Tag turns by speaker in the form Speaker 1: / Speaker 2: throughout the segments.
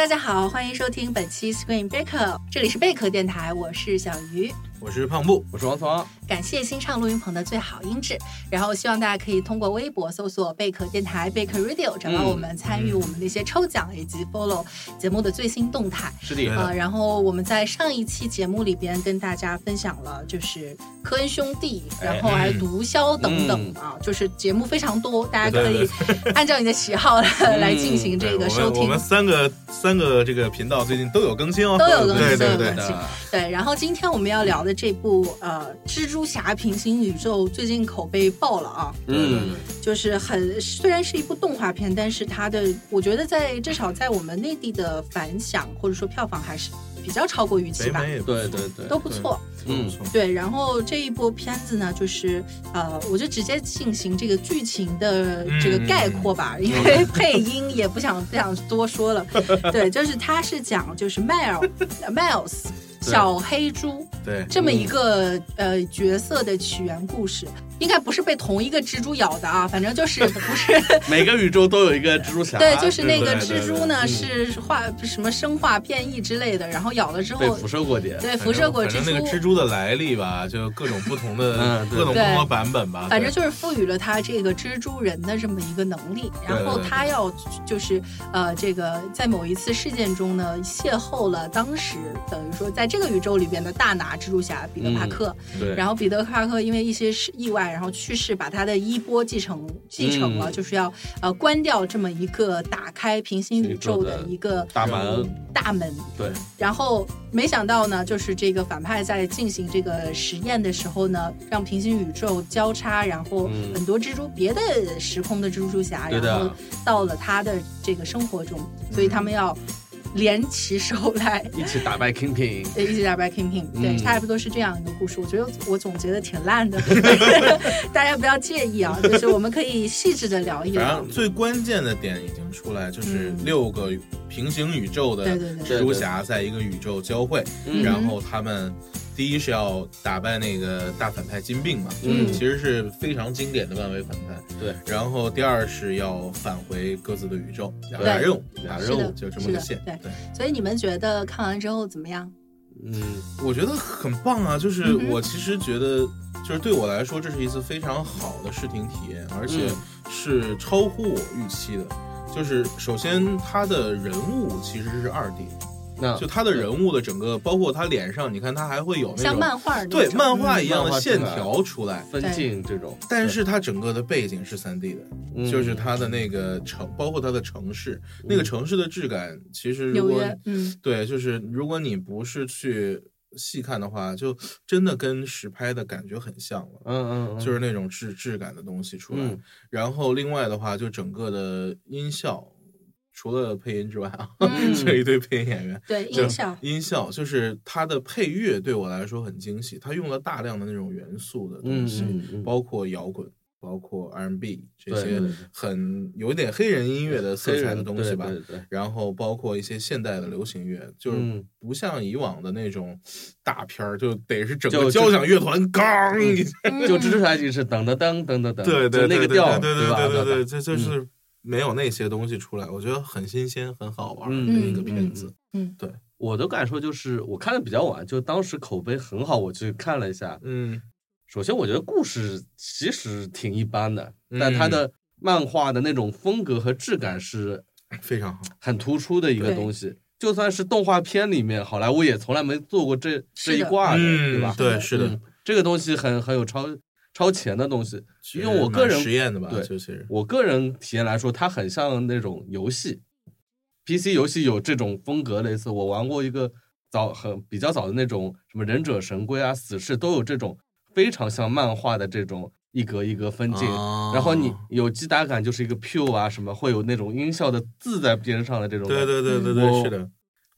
Speaker 1: 大家好，欢迎收听本期 Screen Baker，这里是贝壳电台，我是小鱼。
Speaker 2: 我是胖布，
Speaker 3: 我是王从昂，
Speaker 1: 感谢新唱录音棚的最好音质，然后希望大家可以通过微博搜索“贝壳电台”“贝壳 Radio” 找到我们，参与我们的一些抽奖以及 follow 节目的最新动态。
Speaker 3: 师弟
Speaker 2: 对的
Speaker 1: 呃，然后我们在上一期节目里边跟大家分享了，就是科恩兄弟，然后还有毒枭等等啊，就是节目非常多，大家可以
Speaker 2: 嗯对嗯
Speaker 1: 按照你的喜好来来进行
Speaker 2: 对
Speaker 1: 这个
Speaker 2: 我们
Speaker 1: 收
Speaker 2: 我
Speaker 1: 听
Speaker 2: 们。三个三个这个频道最近都有更新哦，
Speaker 1: 都有更
Speaker 2: 对
Speaker 1: 新
Speaker 2: 对
Speaker 1: 都有
Speaker 2: 对
Speaker 1: 更
Speaker 2: 对，
Speaker 1: 新对，然后今天我们要聊的这部呃《蜘蛛侠：平行宇宙》最近口碑爆了啊，
Speaker 3: 嗯，
Speaker 1: 就是很虽然是一部动画片，但是它的我觉得在至少在我们内地的反响或者说票房还是比较超过预期
Speaker 2: 北
Speaker 1: 吧
Speaker 2: 美，也不
Speaker 3: 对对对，
Speaker 1: 都不错。
Speaker 3: 嗯
Speaker 2: 不错，
Speaker 1: 对，然后这一波片子呢，就是呃，我就直接进行这个剧情的
Speaker 3: 嗯
Speaker 1: 这个概括吧，因为配音也不想不想多说了。 对，就是它是讲就是 Miles Miles
Speaker 3: 对
Speaker 1: 小黑猪
Speaker 2: 对
Speaker 1: 这么一
Speaker 3: 嗯
Speaker 1: 个、呃角色的起源故事，应该不是被同一个蜘蛛咬的啊，反正 就是不是
Speaker 3: 每个宇宙都有一个蜘蛛侠，
Speaker 1: 对，就是那
Speaker 3: 不
Speaker 1: 个
Speaker 3: 对
Speaker 1: 蜘蛛呢
Speaker 3: 嗯
Speaker 1: 是化什么生化变异之类的，然后咬了之
Speaker 3: 被
Speaker 1: 后，
Speaker 3: 辐射过点，
Speaker 1: 对
Speaker 2: 反
Speaker 1: 辐射
Speaker 2: 正
Speaker 1: 过
Speaker 2: 反
Speaker 1: 蜘
Speaker 2: 正那个
Speaker 1: 蛛
Speaker 2: 蜘。蛛的来历吧，就各种不同 的
Speaker 3: 嗯对
Speaker 2: 各种不同的版本吧，
Speaker 1: 反
Speaker 2: 对
Speaker 1: 正就是赋予了他这个蜘蛛人的这么一个能力，然后
Speaker 2: 对对
Speaker 1: 他要就是呃，这个在某一次事件中呢，邂逅了当时等于说在这个宇宙里边的大拿蜘蛛侠彼得帕克，
Speaker 3: 对，
Speaker 1: 然后彼得帕克因为一些事意外，然后去世，把他的衣钵继承继承了，
Speaker 3: 嗯
Speaker 1: 就是要呃关掉这么一个打开平行宇宙的一个
Speaker 3: 大门
Speaker 1: 大门，
Speaker 3: 对，
Speaker 1: 然后没想到呢，就是这个反派在进行这个实验的时候呢，让平行宇宙交叉，然后
Speaker 3: 嗯
Speaker 1: 很多蜘蛛、别的时空的蜘蛛侠，
Speaker 3: 对的
Speaker 1: 然后到了他的这个生活中，所以他
Speaker 3: 嗯
Speaker 1: 们要联起手来。
Speaker 3: 一起打败 Kingpin，
Speaker 1: 对，一起打败 Kingpin，对，
Speaker 3: 嗯
Speaker 1: 差不多是这样一个故事。我觉得我总结的挺烂的， 大家不要介意啊，就是我们可以细致的聊一
Speaker 2: 反
Speaker 1: 聊
Speaker 2: 正。最关键的点已经出来，就是
Speaker 1: 嗯
Speaker 2: 六个平行宇宙的
Speaker 1: 对对对
Speaker 2: 蜘蛛侠在一个宇宙交汇，
Speaker 3: 嗯
Speaker 2: 然后他们第一是要打败那个大反派金并嘛，
Speaker 3: 嗯
Speaker 2: 就是其实是非常经典的漫威反派。
Speaker 3: 对，
Speaker 2: 然后第二是要返回各自的宇宙，两
Speaker 3: 对
Speaker 2: 大任务，
Speaker 3: 俩
Speaker 2: 俩
Speaker 1: 是
Speaker 2: 任
Speaker 1: 的
Speaker 2: 务就这么个
Speaker 1: 是
Speaker 2: 线
Speaker 1: 的。
Speaker 2: 对，
Speaker 1: 所以你们觉得看完之后怎么样？
Speaker 3: 嗯，
Speaker 2: 我觉得很棒啊！就是
Speaker 1: 嗯哼
Speaker 2: 我其实觉得，就是对我来说，这是一次非常好的视听体验，而且
Speaker 3: 嗯
Speaker 2: 是超乎我预期的。就是首先，他的人物其实是二 D，
Speaker 1: 嗯
Speaker 3: 那
Speaker 2: 就他的人物的整个，包括他脸上，你看他还会有那
Speaker 1: 像
Speaker 2: 种
Speaker 1: 漫画儿那
Speaker 2: 对
Speaker 1: 种
Speaker 2: 漫画
Speaker 1: 嗯
Speaker 2: 一样
Speaker 3: 漫
Speaker 2: 的
Speaker 3: 画
Speaker 2: 线
Speaker 3: 出来
Speaker 2: 条出来，
Speaker 3: 分镜这种，
Speaker 2: 但是它整个的背景是三 D 的，
Speaker 3: 对
Speaker 2: 就是它的那个城，包括它的城市，那
Speaker 3: 嗯
Speaker 2: 个城市的质感，其实如
Speaker 1: 纽
Speaker 2: 果
Speaker 1: 约，嗯，
Speaker 2: 对，就是如果你不是去细看的话，就真的跟实拍的感觉很像了。
Speaker 3: 嗯嗯嗯，
Speaker 2: 就是那种质质感的东西出来，
Speaker 3: 嗯
Speaker 2: 然后另外的话，就整个的音效，除了配音之外啊，
Speaker 1: 嗯
Speaker 2: 这一堆配音演员，
Speaker 1: 对，
Speaker 2: 就
Speaker 1: 音效，
Speaker 2: 音效就是它的配乐对我来说很惊喜，它用了大量的那种元素的东
Speaker 3: 嗯
Speaker 2: 西，
Speaker 3: 嗯嗯，
Speaker 2: 包括摇滚，包括 R&B 这
Speaker 3: 对
Speaker 2: 些
Speaker 3: 对
Speaker 2: 很有点黑人音乐的色
Speaker 3: 黑
Speaker 2: 彩
Speaker 3: 人
Speaker 2: 的东西吧。
Speaker 3: 对对对，
Speaker 2: 然后包括一些现代的流行乐，就是
Speaker 3: 嗯
Speaker 2: 不像以往的那种大片儿，就得是整
Speaker 3: 就
Speaker 2: 个交响乐团刚
Speaker 3: 嗯
Speaker 2: 一下，
Speaker 3: 就
Speaker 1: 嗯
Speaker 3: 蜘蛛侠就是噔噔噔噔噔 噔，
Speaker 2: 对对
Speaker 3: 嗯就那
Speaker 2: 对
Speaker 3: 个
Speaker 2: 对
Speaker 3: 调，
Speaker 2: 对
Speaker 3: 吧？嗯
Speaker 2: 对对对，
Speaker 3: 对，
Speaker 2: 这就是没有那些东西出来，我觉得很新鲜，很好玩的
Speaker 3: 嗯
Speaker 2: 一个片子。
Speaker 3: 我的感受就是我看的比较晚，就当时口碑很好，我去看了一下，
Speaker 2: 嗯
Speaker 3: 首先，我觉得故事其实挺一般的，
Speaker 2: 嗯
Speaker 3: 但它的漫画的那种风格和质感是
Speaker 2: 嗯非常好。
Speaker 3: 很突出的一个
Speaker 1: 对
Speaker 3: 东西。就算是动画片里面，好莱坞也从来没做过这
Speaker 1: 是
Speaker 3: 这
Speaker 1: 的
Speaker 3: 一挂的，对吧？
Speaker 2: 对，是的
Speaker 3: 嗯，，这个东西很很有超超前的东西。因为我个
Speaker 2: 蛮
Speaker 3: 人
Speaker 2: 实验的吧，
Speaker 3: 对
Speaker 2: 就其实
Speaker 3: 我个人体验来说，它很像那种游戏，PC 游戏有这种风格类似。我玩过一个早很比较早的那种什么忍者神龟啊、死侍都有这种非常像漫画的这种一格一格分镜，
Speaker 2: 哦
Speaker 3: 嗯然后你有击打感就是一个 pew 啊什么，会有那种音效的字在边上的这种感觉，
Speaker 2: 对对对对
Speaker 3: 我
Speaker 2: 对，是的。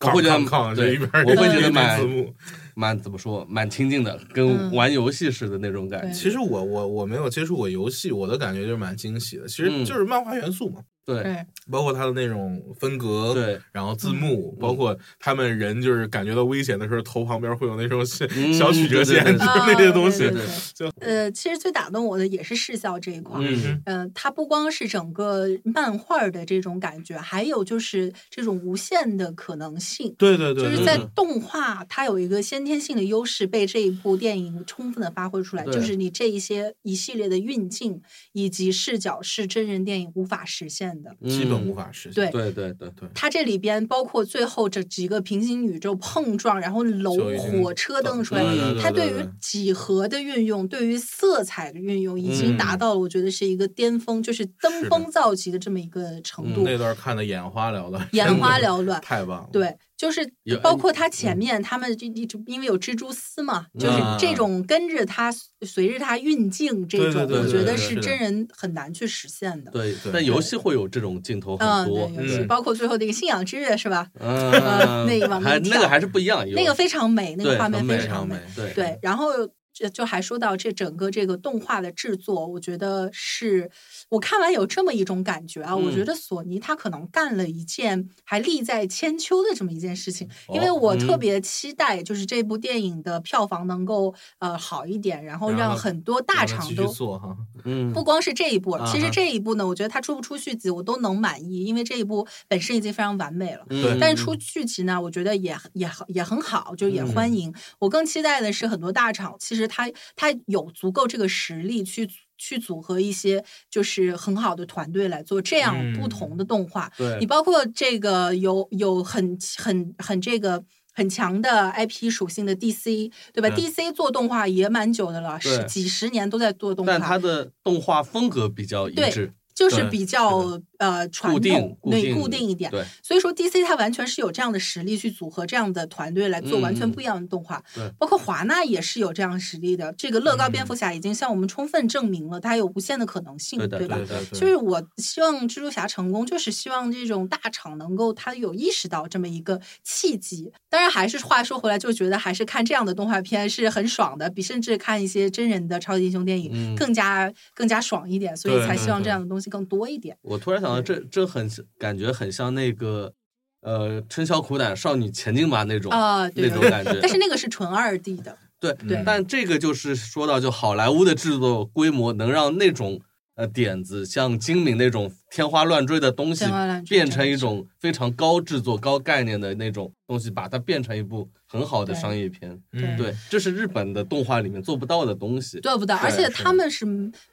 Speaker 3: 我会觉得
Speaker 2: 抗抗就
Speaker 3: 对
Speaker 2: 一边儿
Speaker 3: 我会
Speaker 2: 一
Speaker 3: 觉得
Speaker 2: 边
Speaker 3: 蛮
Speaker 2: 字幕。
Speaker 3: 蛮怎么说，蛮亲近的，
Speaker 1: 嗯
Speaker 3: 跟玩游戏似的那种感
Speaker 1: 对
Speaker 3: 觉。
Speaker 2: 其实我我我没有接触过游戏，我的感觉就是蛮惊喜的。其实
Speaker 3: 嗯
Speaker 2: 就是漫画元素嘛，
Speaker 3: 对
Speaker 1: 对，
Speaker 2: 包括它的那种分隔，，
Speaker 3: 对，嗯
Speaker 2: 然后字幕，包括他们人就是感觉到危险的时候，头旁边会有那种小
Speaker 3: 嗯
Speaker 2: 小曲折线，
Speaker 3: 对对对
Speaker 2: 就是那些东
Speaker 1: 啊对
Speaker 2: 西
Speaker 1: 对。对
Speaker 2: 就
Speaker 1: 呃，其实最打动我的也是视效这一块儿。
Speaker 3: 嗯
Speaker 2: 嗯
Speaker 1: 嗯、它不光是整个漫画儿的这种感觉，还有就是这种无限的可能性。
Speaker 2: 对
Speaker 3: 嗯
Speaker 1: 就
Speaker 2: 对对，
Speaker 1: 是
Speaker 2: 对
Speaker 1: 在
Speaker 2: 对
Speaker 1: 动画，它有一个先天性的优势被这一部电影充分的发挥出来，
Speaker 3: 对
Speaker 1: 就是你这一些一系列的运镜以及视角是真人电影无法实现的。
Speaker 2: 基本无
Speaker 3: 法。
Speaker 2: 法实现。
Speaker 1: 对
Speaker 3: 嗯对对对对，
Speaker 1: 它这里边包括最后这几个平行宇宙碰撞，然后楼
Speaker 2: 就已、经
Speaker 1: 火车
Speaker 2: 到
Speaker 1: 蹬出来，
Speaker 3: 嗯
Speaker 1: 它
Speaker 2: 对
Speaker 1: 对
Speaker 2: 对
Speaker 1: 于几何的运用，对于色彩的运用，已经达
Speaker 2: 嗯
Speaker 1: 到了我觉得是一个巅峰，就是
Speaker 2: 是的嗯
Speaker 1: 登峰造极的这么一个程度，
Speaker 2: 那段看的眼花缭乱，
Speaker 1: 眼花
Speaker 2: 真的
Speaker 1: 缭乱。
Speaker 2: 太棒了。
Speaker 1: 对，就是
Speaker 3: 有
Speaker 1: 包括它前面他们就就因为有蜘蛛丝嘛，就是
Speaker 2: 嗯
Speaker 1: 这种跟着它随着它运镜这
Speaker 2: 对对
Speaker 1: 种，
Speaker 2: 对
Speaker 1: 我
Speaker 2: 对
Speaker 1: 觉
Speaker 2: 对
Speaker 1: 得
Speaker 2: 对
Speaker 1: 是
Speaker 2: 是的
Speaker 1: 真人很难去实现的。
Speaker 3: 对
Speaker 2: 对
Speaker 3: 但游戏会有这种镜头很
Speaker 1: 嗯，
Speaker 3: 多，
Speaker 1: 对，尤其
Speaker 2: 嗯
Speaker 1: 包括最后那个信仰之月是吧？
Speaker 3: 嗯，
Speaker 1: 那一往那
Speaker 3: 还
Speaker 1: 一
Speaker 3: 那个
Speaker 1: 跳
Speaker 3: 还是不一样，有
Speaker 1: 那个非常美，那
Speaker 3: 对
Speaker 1: 个画面
Speaker 3: 很
Speaker 1: 非
Speaker 3: 美
Speaker 1: 常
Speaker 2: 常
Speaker 1: 美
Speaker 2: 美。
Speaker 3: 对
Speaker 1: 对，然后就就还说到这整个这个动画的制作，我觉得是我看完有这么一种感觉啊，我觉
Speaker 3: 嗯
Speaker 1: 得索尼他可能干了一件还利在千秋的这么一件事情，因为
Speaker 2: 哦
Speaker 1: 我特
Speaker 3: 嗯
Speaker 1: 别期待就是这部电影的票房能够呃好一点，然后
Speaker 2: 然后
Speaker 1: 让很多大
Speaker 2: 让他
Speaker 1: 厂
Speaker 2: 继续
Speaker 1: 都
Speaker 2: 做哈，
Speaker 3: 嗯
Speaker 1: 不光是这一部
Speaker 2: 啊
Speaker 1: 了，其实
Speaker 2: 哈
Speaker 1: 这一部呢，我觉得它出不出续集我都能满意，因为这一部本身已经非常完美了。
Speaker 3: 嗯嗯
Speaker 2: 对
Speaker 1: 但是出续集呢，我觉得也也好也很好，就也欢迎。我更期待的是很多大厂，其实它它有足够这个实力去组去组合一些就是很好的团队来做这样
Speaker 2: 嗯
Speaker 1: 不同的动画。
Speaker 3: 对
Speaker 1: 你包括这个有有很很很这个。很强的 IP 属性的 DC，对吧
Speaker 2: 对
Speaker 1: ？DC 做动画也蛮久的了，
Speaker 3: 嗯对
Speaker 1: 十几十年都在做动画。
Speaker 3: 但它的动画风格比较一
Speaker 1: 对
Speaker 3: 致，
Speaker 1: 就是
Speaker 2: 对
Speaker 1: 比
Speaker 2: 是
Speaker 1: 较呃传
Speaker 3: 固定
Speaker 1: 统，对
Speaker 3: 固
Speaker 1: 固
Speaker 3: 定
Speaker 1: 定一点。
Speaker 3: 对，
Speaker 1: 所以说 DC 它完全是有这样的实力去组合这样的团队来做完全
Speaker 3: 嗯
Speaker 1: 不一样的动画，
Speaker 3: 对嗯
Speaker 1: 包括华纳也是有这样实力的。这个乐高蝙蝠侠已经向我们充分证明了它有无限的可能性，
Speaker 3: 对的
Speaker 1: 吧
Speaker 2: 对？对对，
Speaker 1: 就是我希望蜘蛛侠成功，就是希望这种大厂能够它有意识到这么一个契机。当然，还是话说回来，就觉得还是看这样的动画片是很爽的，比甚至看一些真人的超级英雄电
Speaker 3: 嗯
Speaker 1: 影更加、更加爽一点，所
Speaker 2: 对
Speaker 1: 以才
Speaker 2: 对
Speaker 1: 希望
Speaker 2: 对
Speaker 1: 这样的东西更多一点。
Speaker 3: 我突然想到这，这很感觉很像那个呃春宵苦胆少女前进吧那种
Speaker 1: 啊对
Speaker 3: 那
Speaker 1: 对
Speaker 3: 种
Speaker 1: 对
Speaker 3: 感觉，
Speaker 1: 但是那个是纯二 D 的，
Speaker 3: 对
Speaker 1: 对
Speaker 3: 但这个就是说到，就好莱坞的制作规模能让那种呃点子，像精明那种天花乱坠的东西
Speaker 1: 天花乱，坠
Speaker 3: 变成一种非常高制作、高概念的那种东西，把它变成一部很好的
Speaker 1: 对
Speaker 3: 商业片。
Speaker 2: 嗯
Speaker 3: 对，这是日本的动画里面做不到的东西。
Speaker 1: 做不到，而
Speaker 3: 对
Speaker 1: 且
Speaker 3: 是
Speaker 1: 他们是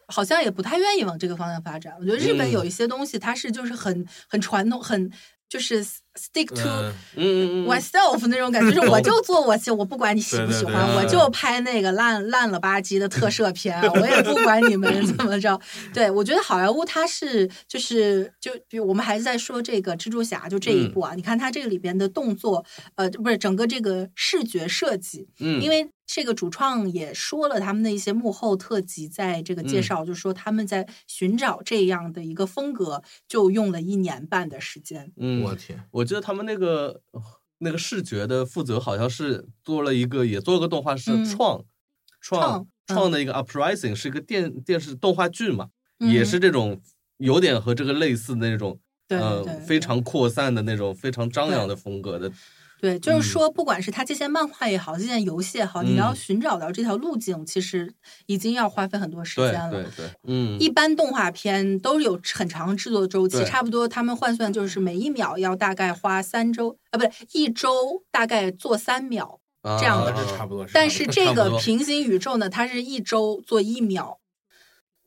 Speaker 1: 好像也不太愿意往这个方向发展。我觉得日本
Speaker 3: 嗯
Speaker 1: 有一些东西，它是就是很很传统，很就是 stick to
Speaker 2: 嗯，
Speaker 3: 嗯嗯嗯，
Speaker 1: myself 那种感觉，就是我就做我喜，我不管你喜不喜
Speaker 2: 对
Speaker 1: 欢
Speaker 2: 对，对嗯
Speaker 1: 我就拍那个烂烂了吧唧的特摄片，啊我也不管你们怎么着。对我觉得好莱坞它是就是就比如我们还是在说这个蜘蛛侠就这一
Speaker 2: 嗯
Speaker 1: 部啊，你看它这个里边的动作，呃，不是整个这个视觉设计，
Speaker 3: 嗯，
Speaker 1: 因为这个主创也说了他们的一些幕后特辑，在这个介
Speaker 3: 嗯
Speaker 1: 绍，就说他们在寻找这样的一个风格，就用了一年半的时间。
Speaker 3: 嗯，
Speaker 2: 我
Speaker 3: 我
Speaker 2: 天，
Speaker 3: 我记得他们那个那个视觉的负责好像是做了一个，也做了个动画是
Speaker 1: 嗯
Speaker 3: 创创
Speaker 1: 创嗯
Speaker 3: 创的一个 uprising，是一个电电视动画剧嘛。
Speaker 1: 嗯
Speaker 3: 也是这种有点和这个类似的那种，
Speaker 1: 对
Speaker 3: 呃
Speaker 1: 对，
Speaker 3: 非常扩散的那种非常张
Speaker 1: 对
Speaker 3: 扬的风格的，
Speaker 1: 对，对就是
Speaker 3: 嗯
Speaker 1: 说，不管是他这些漫画也好，这些游戏也好，
Speaker 3: 嗯
Speaker 1: 你要寻找到这条路径，其实已经要花费很多时
Speaker 3: 对
Speaker 1: 间了
Speaker 3: 对。对，嗯，
Speaker 1: 一般动画片都有很长制作周期，
Speaker 3: 对
Speaker 1: 差不多他们换算就是每一秒要大概花三周，啊，不对，一周大概做三秒。这样的
Speaker 2: 啊这差不多是差
Speaker 3: 不
Speaker 2: 不多，
Speaker 1: 哦但是
Speaker 3: 差
Speaker 1: 这
Speaker 3: 不
Speaker 1: 个
Speaker 3: 多
Speaker 1: 平行宇宙呢，它是一周做一秒，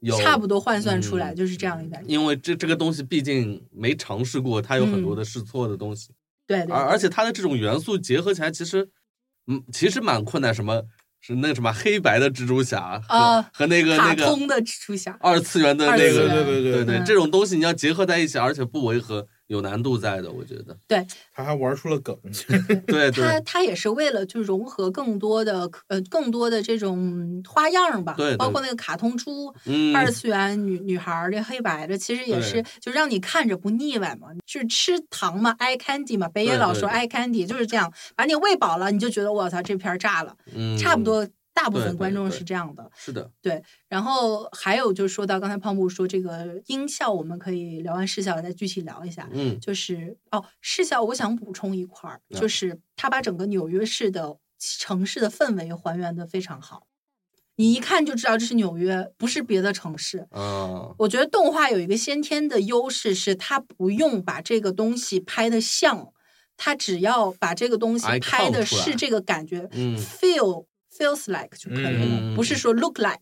Speaker 3: 有
Speaker 1: 差不多换算出来
Speaker 3: 嗯
Speaker 1: 就是这样一个感觉。
Speaker 3: 因为这这个东西毕竟没尝试过，它有很多
Speaker 1: 嗯
Speaker 3: 的试错的东西，
Speaker 1: 对对
Speaker 3: 而而且它的这种元素结合起来，其实，嗯，其实蛮困难，什么是那个什么黑白的蜘蛛侠和、
Speaker 1: 啊
Speaker 3: 和那个
Speaker 1: 对，
Speaker 3: 那
Speaker 1: 卡
Speaker 3: 个
Speaker 1: 通的蜘蛛侠。
Speaker 3: 二次元的
Speaker 1: 二
Speaker 3: 那
Speaker 1: 次
Speaker 3: 个，
Speaker 1: 元
Speaker 3: 对对
Speaker 1: 嗯
Speaker 3: 这种东西你要结合在一起，而且不违和，有难度在的，我觉得，
Speaker 1: 对
Speaker 2: 他还玩出了梗，
Speaker 3: 哎对
Speaker 1: 它
Speaker 3: 对
Speaker 1: 它也是为了就融合更多的呃更多的这种花样儿吧，
Speaker 3: 对对
Speaker 1: 包括那个卡通猪、
Speaker 3: 嗯，
Speaker 1: 二次元女女孩儿这黑白的，其实也是就让你看着不腻歪嘛，就是吃糖嘛，eye candy 嘛，北野
Speaker 3: 对
Speaker 1: 老
Speaker 3: 对
Speaker 1: 说
Speaker 3: 对
Speaker 1: eye candy 就是这样，把你喂饱了，你就觉得我操这片儿炸了，
Speaker 3: 嗯
Speaker 1: 差不多大部分
Speaker 3: 对
Speaker 1: 观众
Speaker 3: 对
Speaker 1: 是这样的。
Speaker 3: 是的，
Speaker 1: 然后还有就说到刚才胖布说这个音效，我们可以聊完视效再具体聊一下。
Speaker 3: 嗯，
Speaker 1: 就是哦，视效我想补充一块儿，
Speaker 3: 啊
Speaker 1: 就是他把整个纽约市的城市的氛围还原的非常好，你一看就知道这是纽约，不是别的城市。
Speaker 3: 啊，
Speaker 1: 我觉得动画有一个先天的优势，是它不用把这个东西拍的像，它只要把这个东西
Speaker 3: Icon
Speaker 1: 拍的
Speaker 3: 出来
Speaker 1: 是这个感觉
Speaker 3: 嗯
Speaker 1: ，feel feels like 就可以了，
Speaker 3: 嗯
Speaker 1: 不是说 look like。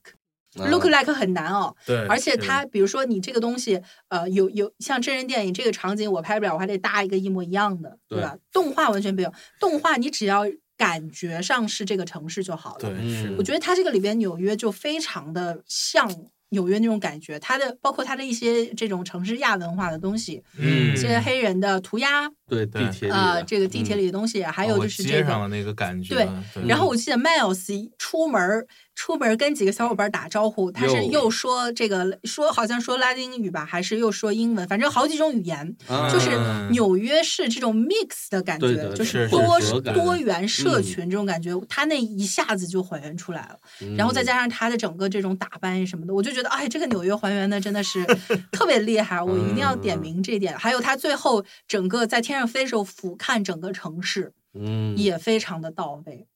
Speaker 3: 啊
Speaker 1: look like 很难哦，
Speaker 2: 嗯对，
Speaker 1: 而且
Speaker 2: 是
Speaker 1: 它，比如说你这个东西，呃，有有像真人电影这个场景，我拍不了，我还得搭一个一模一样的，对
Speaker 3: 对
Speaker 1: 吧？动画完全没有，动画你只要感觉上是这个城市就好了。
Speaker 2: 对是
Speaker 1: 嗯我觉得它这个里边纽约就非常的像纽约那种感觉，它的包括它的一些这种城市亚文化的东西，
Speaker 3: 嗯
Speaker 1: 一些黑人的涂鸦
Speaker 3: 对
Speaker 2: 对
Speaker 3: 地铁里
Speaker 1: 啊、
Speaker 3: 的
Speaker 1: 这个地铁
Speaker 3: 嗯
Speaker 1: 里的东西，还有
Speaker 2: 哦我
Speaker 1: 就是
Speaker 2: 街
Speaker 1: 这
Speaker 2: 上
Speaker 1: 个。
Speaker 2: 的那个感觉，
Speaker 1: 对
Speaker 2: 对
Speaker 1: 然后我记得 Miles 出门儿出门儿跟几个小伙伴打招呼，他是
Speaker 3: 哟
Speaker 1: 又说这个说好像说拉丁语吧，还是又说英文，反正好几种语言。
Speaker 3: 啊
Speaker 1: 就是
Speaker 2: 嗯
Speaker 1: 纽约市这种 mix 的感
Speaker 3: 对
Speaker 1: 觉，
Speaker 3: 的
Speaker 1: 就是
Speaker 2: 是
Speaker 1: 多
Speaker 3: 是是
Speaker 1: 多元社
Speaker 3: 嗯
Speaker 1: 群这种感觉，他那一下子就还原出来了。
Speaker 3: 嗯
Speaker 1: 然后再加上他的整个这种打扮什么的，我就觉得，哎，这个纽约还原的真的 是特别厉害，我一定要
Speaker 3: 嗯
Speaker 1: 点名这一点。还有他最后整个在天上飞的时候俯瞰整个城市，
Speaker 3: 嗯
Speaker 1: 也非常的到位。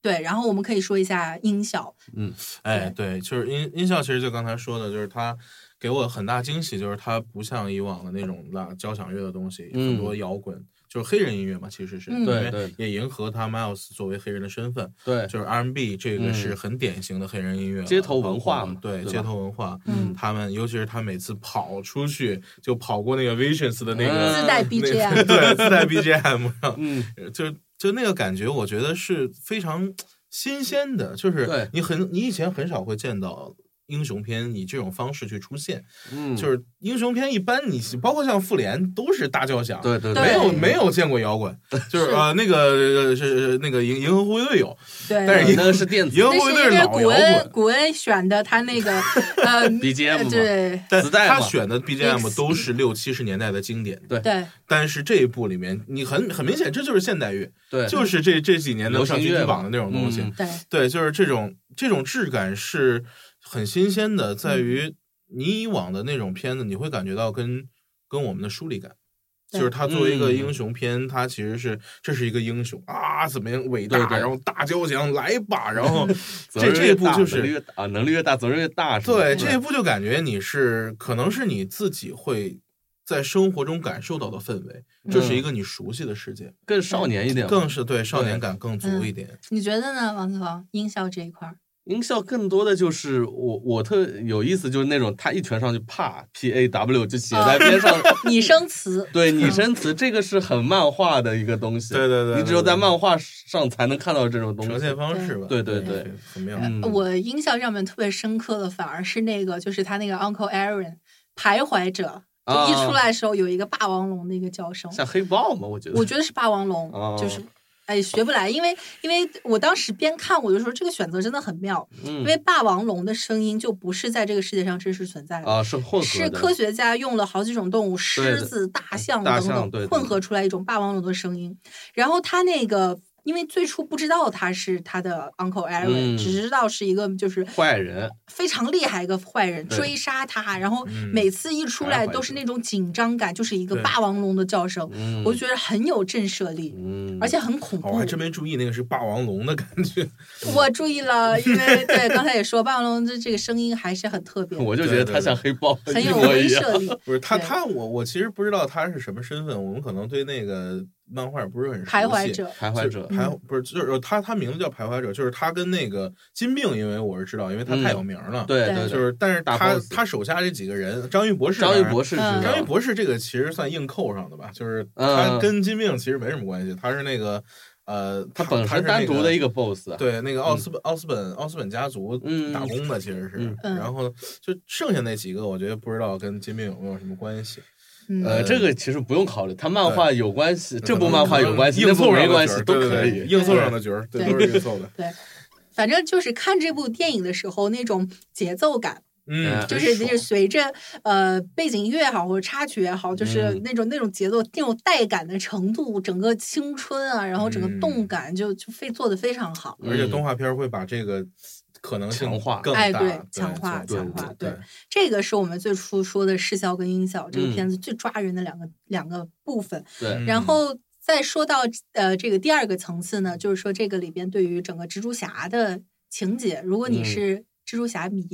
Speaker 1: 对，然后我们可以说一下音效，
Speaker 2: 哎，对，就是音音效，其实就刚才说的，就是它给我很大惊喜，就是它不像以往的那种拉交响乐的东西，
Speaker 3: 嗯
Speaker 2: 很多摇滚，就是黑人音乐嘛，其实是，
Speaker 1: 嗯
Speaker 2: 因
Speaker 3: 对
Speaker 2: 为
Speaker 3: 对
Speaker 2: 也迎合他 Miles 作为黑人的身份，
Speaker 3: 对，
Speaker 2: 就是 R&B 这个
Speaker 1: 嗯
Speaker 2: 是很典型的黑人音乐了，
Speaker 3: 街头文化嘛
Speaker 2: 包括对，
Speaker 3: 对吧
Speaker 2: 街头文化，
Speaker 1: 嗯
Speaker 2: 他们尤其是他每次跑出去就跑过那个 Visions 的那
Speaker 3: 嗯
Speaker 2: 个
Speaker 1: 自带
Speaker 2: 那
Speaker 1: BGM，
Speaker 2: 对，自带 BGM，然后
Speaker 3: 嗯，
Speaker 2: 就就那个感觉，我觉得是非常新鲜的，就是
Speaker 3: 对
Speaker 2: 你很你以前很少会见到。英雄片以这种方式去出现，
Speaker 3: 嗯，
Speaker 2: 就是英雄片一般你包括像复联都是大交响，
Speaker 3: 对对
Speaker 1: 对
Speaker 2: 没有没有见过摇滚，就是
Speaker 1: 是
Speaker 2: 呃那个呃是那个银银河护卫队有，
Speaker 1: 对。
Speaker 2: 但是
Speaker 3: 那个是电子
Speaker 2: 银河
Speaker 1: 那
Speaker 2: 护卫
Speaker 1: 是
Speaker 2: 队
Speaker 1: 因为
Speaker 2: 老
Speaker 1: 古
Speaker 2: 摇
Speaker 1: 恩
Speaker 2: 滚，
Speaker 1: 古恩选的他那个呃
Speaker 3: BGM 嘛
Speaker 1: 对
Speaker 2: 但
Speaker 3: 磁带嘛
Speaker 2: 他选的
Speaker 1: Mix
Speaker 2: BGM 都是六七十年代的经典，
Speaker 1: 对
Speaker 2: 但是这一部里面你很很明显这就是现代乐，
Speaker 3: 对，
Speaker 2: 就是这这几年能
Speaker 3: 流行
Speaker 2: 上金
Speaker 3: 乐
Speaker 2: 曲
Speaker 3: 嘛
Speaker 2: 榜的那种东西，
Speaker 3: 嗯
Speaker 1: 对，
Speaker 2: 对，就是这种这种质感是很新鲜的，在
Speaker 3: 嗯
Speaker 2: 于你以往的那种片子，你会感觉到跟跟我们的疏离感。
Speaker 1: 对
Speaker 2: 就是它作为一个
Speaker 3: 嗯
Speaker 2: 英雄片，它其实是这是一个英雄啊，怎么样伟大，
Speaker 3: 对对
Speaker 2: 然后大交响来吧，然 后
Speaker 3: 责
Speaker 2: 这
Speaker 3: 任
Speaker 2: 这
Speaker 3: 越
Speaker 2: 一部
Speaker 3: 大
Speaker 2: 就
Speaker 3: 能力
Speaker 2: 是
Speaker 3: 越大啊，能力越大，责任越大，是吧
Speaker 2: 对这一部就感觉你是可能是你自己会在生活中感受到的氛围，这是一个你熟悉的世界，
Speaker 3: 更少年一点嘛，
Speaker 2: 更是对少年
Speaker 3: 嗯对
Speaker 2: 感更足一点。
Speaker 1: 你觉得呢，王子王？音效这一块儿，
Speaker 3: 音效更多的就是我我特有意思，就是那种他一拳上去啪 P A W 就写在边上，
Speaker 2: 啊
Speaker 1: 拟声词，
Speaker 3: 对拟声词这个是很漫画的一个东西，
Speaker 2: 对对对对
Speaker 3: 你只有在漫画上才能看到这种东
Speaker 2: 呈
Speaker 3: 西
Speaker 2: 现。方式吧，
Speaker 3: 嗯对对对
Speaker 2: 对，很妙。
Speaker 3: 嗯
Speaker 1: 我印象上面特别深刻的，反而是那个，就是他那个 Uncle Aaron 徘徊者，就
Speaker 3: 啊
Speaker 1: 一出来的时候有一个霸王龙的一个叫声，
Speaker 3: 像黑豹嘛，我觉得，
Speaker 1: 我觉得是霸王龙，
Speaker 3: 哦
Speaker 1: 就是。哎，学不来，因为因为我当时边看我就说这个选择真的很妙，因
Speaker 3: 嗯
Speaker 1: 为霸王龙的声音就不是在这个世界上真实存在的，
Speaker 3: 啊是混合
Speaker 1: 是
Speaker 3: 的，
Speaker 1: 科学家用了好几种动物，
Speaker 3: 对
Speaker 1: 狮
Speaker 3: 的嗯
Speaker 1: 子、大象
Speaker 3: 大
Speaker 1: 等等，
Speaker 3: 象对对
Speaker 1: 混合出来一种霸王龙的声音。然后他那个，因为最初不知道他是他的 Uncle Aaron，、
Speaker 3: 嗯
Speaker 1: 只知道是一个就是
Speaker 3: 坏人，
Speaker 1: 非常厉害一个坏人
Speaker 3: 对
Speaker 1: 追杀他，然后
Speaker 2: 嗯
Speaker 1: 每次一出来都是那种紧张感，就是一个
Speaker 2: 对
Speaker 1: 霸王龙的叫声，
Speaker 3: 嗯，
Speaker 1: 我就觉得很有震慑力。
Speaker 3: 嗯，
Speaker 1: 而且很恐
Speaker 2: 哦，
Speaker 1: 怖
Speaker 2: 我还，真没注意那个是霸王龙的感觉。
Speaker 1: 我注意了，因 为对刚才也说霸王龙的这个声音还是很特别，
Speaker 3: 我就觉得他像黑豹，
Speaker 1: 很
Speaker 3: 呃一
Speaker 1: 有
Speaker 3: 模
Speaker 1: 威
Speaker 3: 一样。
Speaker 1: 慑力。
Speaker 2: 不是他
Speaker 1: 对
Speaker 2: 他我我其实不知道他是什么身份，我们可能对那个漫画不是很熟悉
Speaker 1: 徘徊。者，
Speaker 3: 徘徊者嗯
Speaker 2: 就，徘不是就是他他名字叫徘徊者，就是他跟那个金并，因为我是知道，因为他
Speaker 3: 嗯
Speaker 2: 太有名了。
Speaker 3: 对
Speaker 1: 对
Speaker 3: 对，
Speaker 2: 就是但是
Speaker 3: 大
Speaker 2: 他
Speaker 3: boss
Speaker 2: 他手下这几个人，章鱼博士，
Speaker 3: 章鱼博
Speaker 2: 士。
Speaker 3: 士
Speaker 1: 嗯
Speaker 3: 是，
Speaker 2: 章鱼博士这个其实算硬扣上的吧，就是
Speaker 3: 嗯
Speaker 2: 他跟金并其实没什么关系，他是那个呃，
Speaker 3: 他本
Speaker 2: 他是
Speaker 3: 身单独
Speaker 2: 那
Speaker 3: 的一个 boss，啊
Speaker 2: 对，那个奥斯本、奥斯本奥斯本家族
Speaker 3: 嗯
Speaker 2: 打工的其实是，
Speaker 1: 嗯
Speaker 2: 然后就剩下那几个，我觉得不知道跟金并有没有什么关系。
Speaker 1: 嗯
Speaker 3: 呃，这个其实不用考虑，它漫画有关系，这部漫画有关系，
Speaker 2: 硬
Speaker 3: 那部
Speaker 2: 凑上
Speaker 3: 没
Speaker 2: 的
Speaker 3: 关
Speaker 2: 角
Speaker 3: 系
Speaker 2: 儿
Speaker 3: 都
Speaker 2: 对
Speaker 3: 可
Speaker 2: 对
Speaker 3: 以。
Speaker 2: 硬凑上的角儿，对，
Speaker 1: 对
Speaker 2: 都是硬凑的。
Speaker 1: 反正就是看这部电影的时候，那种节奏感，
Speaker 2: 嗯，
Speaker 3: 嗯
Speaker 1: 就是就
Speaker 3: 很
Speaker 1: 是
Speaker 3: 爽
Speaker 1: 随着呃背景音乐也好，或者插曲也好，就是
Speaker 3: 嗯
Speaker 1: 那种、那种节奏、那种带感的程度，整个青春啊，然后整个动
Speaker 2: 嗯
Speaker 1: 感就就非做的非常好。
Speaker 2: 而且动画片会把这个可能性
Speaker 3: 嗯强化
Speaker 2: 更大，
Speaker 1: 哎对强化
Speaker 2: 对
Speaker 3: 强
Speaker 1: 化
Speaker 2: 对
Speaker 1: 对这个是我们最初说的视效跟音效，这个
Speaker 3: 嗯
Speaker 1: 片子最抓人的两个、两个部分。
Speaker 3: 对，
Speaker 1: 然
Speaker 2: 嗯
Speaker 1: 后再说到呃这个第二个层次呢，就是说这个里边对于整个蜘蛛侠的情节，如果你
Speaker 3: 嗯
Speaker 1: 是蜘蛛侠迷，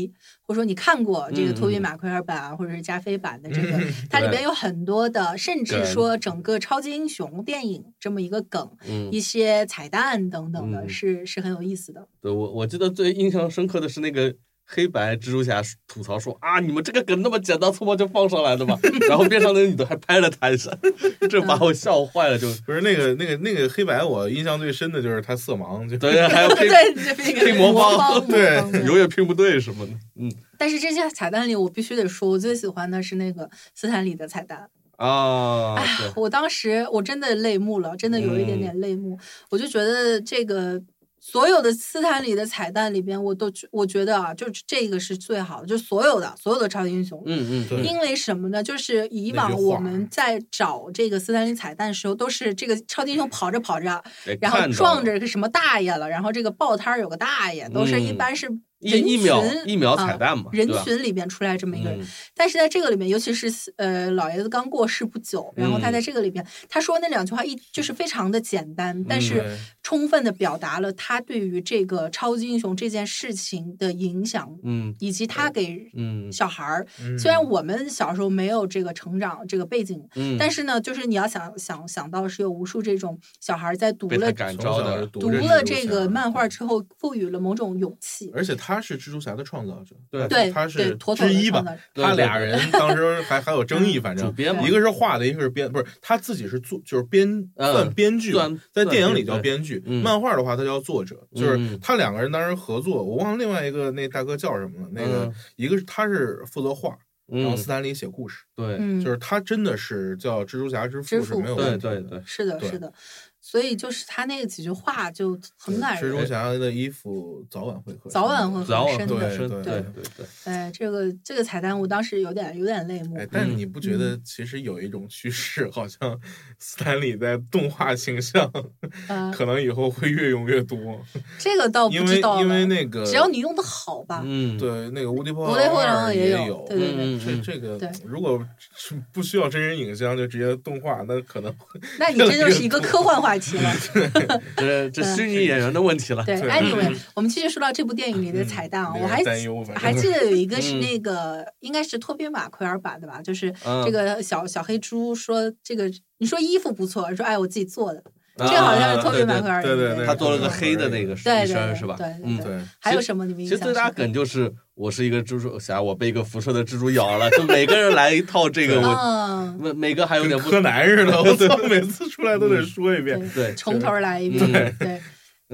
Speaker 1: 或者说你看过这个
Speaker 3: 嗯
Speaker 1: 托比
Speaker 3: 嗯
Speaker 1: 马奎尔版、啊或者是加菲版的这个，
Speaker 2: 嗯
Speaker 1: 它里
Speaker 3: 对
Speaker 1: 边有很多的，甚至
Speaker 3: 对
Speaker 1: 说整个超级英雄电影这么一个梗，
Speaker 3: 嗯，
Speaker 1: 一些彩蛋等等的，
Speaker 3: 嗯
Speaker 1: 是是很有意思的。
Speaker 3: 对我我记得最印象深刻的是那个黑白蜘蛛侠吐槽说啊，你们这个梗那么简单粗暴就放上来的吗？ 然后边上那个女的还拍了他一下， 这把我笑坏了，就
Speaker 2: 不是那个那个那个黑白，我印象最深的就是他色盲，就
Speaker 3: 对，还有 黑
Speaker 1: 对，这个
Speaker 3: 拼魔方
Speaker 1: 方
Speaker 2: 对
Speaker 1: 魔方
Speaker 3: 永远拼不对什么的，嗯
Speaker 1: 但是这些彩蛋里，我必须得说，我最喜欢的是那个斯坦李的彩蛋。
Speaker 3: 啊，
Speaker 1: 哎呀，我当时我真的泪目了，真的有一点
Speaker 3: 嗯
Speaker 1: 点泪目。我就觉得这个所有的斯坦李的彩蛋里边，我都觉我觉得啊，就这个是最好的，就所有的所有的超级英雄。
Speaker 3: 嗯嗯
Speaker 2: 对
Speaker 1: 因为什么呢？就是以
Speaker 2: 那
Speaker 1: 往
Speaker 2: 句
Speaker 1: 我
Speaker 2: 话
Speaker 1: 们在找这个斯坦李彩蛋的时候，都是这个超级英雄跑着跑着，
Speaker 3: 对，
Speaker 1: 然后
Speaker 3: 看到
Speaker 1: 撞
Speaker 3: 了
Speaker 1: 着个什么大爷了，然后这个报摊儿有个大爷，都是一
Speaker 3: 嗯
Speaker 1: 般是
Speaker 3: 一
Speaker 1: 人
Speaker 3: 一秒
Speaker 1: 群
Speaker 3: 一秒
Speaker 1: 啊
Speaker 3: 彩蛋嘛，
Speaker 1: 人
Speaker 3: 对吧
Speaker 1: 群里边出来这么一个人。
Speaker 3: 嗯
Speaker 1: 但是在这个里面，尤其是呃老爷子刚过世不久，然后他
Speaker 3: 嗯
Speaker 1: 在这个里边、他说那两句话一就是非常的简单，但是
Speaker 2: 嗯对
Speaker 1: 充分的表达了他对于这个超级英雄这件事情的影响，
Speaker 3: 嗯
Speaker 1: 以及他给
Speaker 3: 嗯
Speaker 1: 小孩儿。
Speaker 2: 嗯
Speaker 1: 虽然我们小时候没有这个成长这个背景，
Speaker 3: 嗯，
Speaker 1: 但是呢，就是你要想想想到是有无数这种小孩儿在读
Speaker 3: 嗯被他
Speaker 1: 了
Speaker 3: 感
Speaker 2: 从
Speaker 3: 召
Speaker 2: 小
Speaker 3: 的
Speaker 2: 就，
Speaker 1: 读
Speaker 2: 着
Speaker 1: 了
Speaker 2: 蜘蛛
Speaker 1: 这个
Speaker 2: 侠
Speaker 1: 漫画，之后，赋予了某种勇气。
Speaker 2: 而且他是蜘蛛侠的创造者，
Speaker 3: 对
Speaker 1: 对，
Speaker 2: 他
Speaker 1: 对
Speaker 2: 是
Speaker 1: 妥妥
Speaker 2: 之
Speaker 1: 地
Speaker 2: 一吧
Speaker 1: 创，造出
Speaker 3: 对
Speaker 2: 他
Speaker 3: 对
Speaker 2: 俩
Speaker 3: 对
Speaker 2: 人当时还还有争议，反
Speaker 3: 主
Speaker 2: 正
Speaker 3: 编嘛
Speaker 2: 一个是画的，一个是编，不是他自己是作，就是编
Speaker 3: 嗯
Speaker 2: 算编剧吧
Speaker 3: 算，
Speaker 2: 在
Speaker 3: 算
Speaker 2: 电影里
Speaker 3: 编
Speaker 2: 叫
Speaker 3: 对
Speaker 2: 编剧，
Speaker 3: 嗯
Speaker 2: 漫画的话他叫作者，就是
Speaker 3: 嗯
Speaker 2: 他两个人当时合作，我忘了另外一个那大哥叫什么了，那个
Speaker 3: 嗯
Speaker 2: 一个是他是负责画，然后
Speaker 3: 嗯
Speaker 2: 斯坦李写故事，
Speaker 3: 对
Speaker 1: 嗯，
Speaker 2: 就是他真的是叫蜘蛛侠之
Speaker 1: 之
Speaker 2: 父是
Speaker 1: 父
Speaker 2: 没有
Speaker 3: 对
Speaker 2: 问题
Speaker 3: 对
Speaker 2: 的。
Speaker 3: 对，
Speaker 1: 是的，
Speaker 2: 对
Speaker 1: 是的，所以就是他那几句话就很感
Speaker 2: 蜘蛛
Speaker 1: 人。
Speaker 2: 侠的衣服早晚会合身，
Speaker 1: 早晚会合
Speaker 3: 早晚
Speaker 1: 深
Speaker 3: 会
Speaker 2: 的
Speaker 3: 深，
Speaker 2: 对
Speaker 3: 对
Speaker 2: 对
Speaker 3: 对对，
Speaker 1: 哎，这个这个彩蛋，我当时有点有点泪目
Speaker 2: 哎，。
Speaker 3: 嗯
Speaker 2: 但是你不
Speaker 1: 嗯
Speaker 2: 觉得其实有一种趋势，好像 斯坦李在动画形象
Speaker 1: 呃，
Speaker 2: 可能以后会越用越多，
Speaker 1: 这个哦倒不
Speaker 2: 因
Speaker 1: 知
Speaker 2: 为
Speaker 1: 道
Speaker 2: 因为
Speaker 1: 了，
Speaker 2: 那个
Speaker 1: 只要你用的好吧。
Speaker 3: 嗯，
Speaker 2: 对那个无敌破
Speaker 1: 无敌破坏
Speaker 2: 二
Speaker 1: 王也有
Speaker 2: 有，
Speaker 1: 对 对
Speaker 3: 对
Speaker 2: 这
Speaker 3: 嗯
Speaker 2: 这个
Speaker 1: 对
Speaker 2: 如果是不需要真人影像就直接动画，那可能会
Speaker 1: 那你这就是一个科幻话题了。
Speaker 3: 这这虚拟演员的问题了，
Speaker 1: 对
Speaker 2: 对
Speaker 1: ，anyway，我们继续说到这部电影里的彩蛋啊，
Speaker 2: 嗯
Speaker 1: 我还
Speaker 2: 担忧，反正
Speaker 1: 还记得有一个是
Speaker 3: 嗯
Speaker 1: 那个应该是托比马奎尔版的吧，就是
Speaker 3: 嗯
Speaker 1: 这个小小黑猪说这个，你说衣服不错，说哎我自己做的，
Speaker 3: 这
Speaker 1: 这个好像是托比马奎尔
Speaker 2: 啊对对对对
Speaker 3: 他
Speaker 1: 他
Speaker 3: 做了个黑的那个
Speaker 1: 对
Speaker 3: 医
Speaker 1: 对对
Speaker 3: 生是吧？
Speaker 1: 对
Speaker 3: 嗯
Speaker 1: 对
Speaker 2: 对，
Speaker 1: 还有什么你们印
Speaker 3: 其实
Speaker 1: 象深
Speaker 3: 最
Speaker 1: 刻？
Speaker 3: 大梗就是我是一个蜘蛛侠，我被一个辐射的蜘蛛咬了，就每个人来一套这个，我
Speaker 1: 嗯，
Speaker 3: 每每个还有
Speaker 2: 跟
Speaker 3: 点不
Speaker 2: 柯南似的，我操，每次出来都得
Speaker 3: 嗯
Speaker 2: 说一遍。
Speaker 1: 对，
Speaker 3: 对，
Speaker 1: 从头来一
Speaker 3: 嗯
Speaker 1: 遍， 对。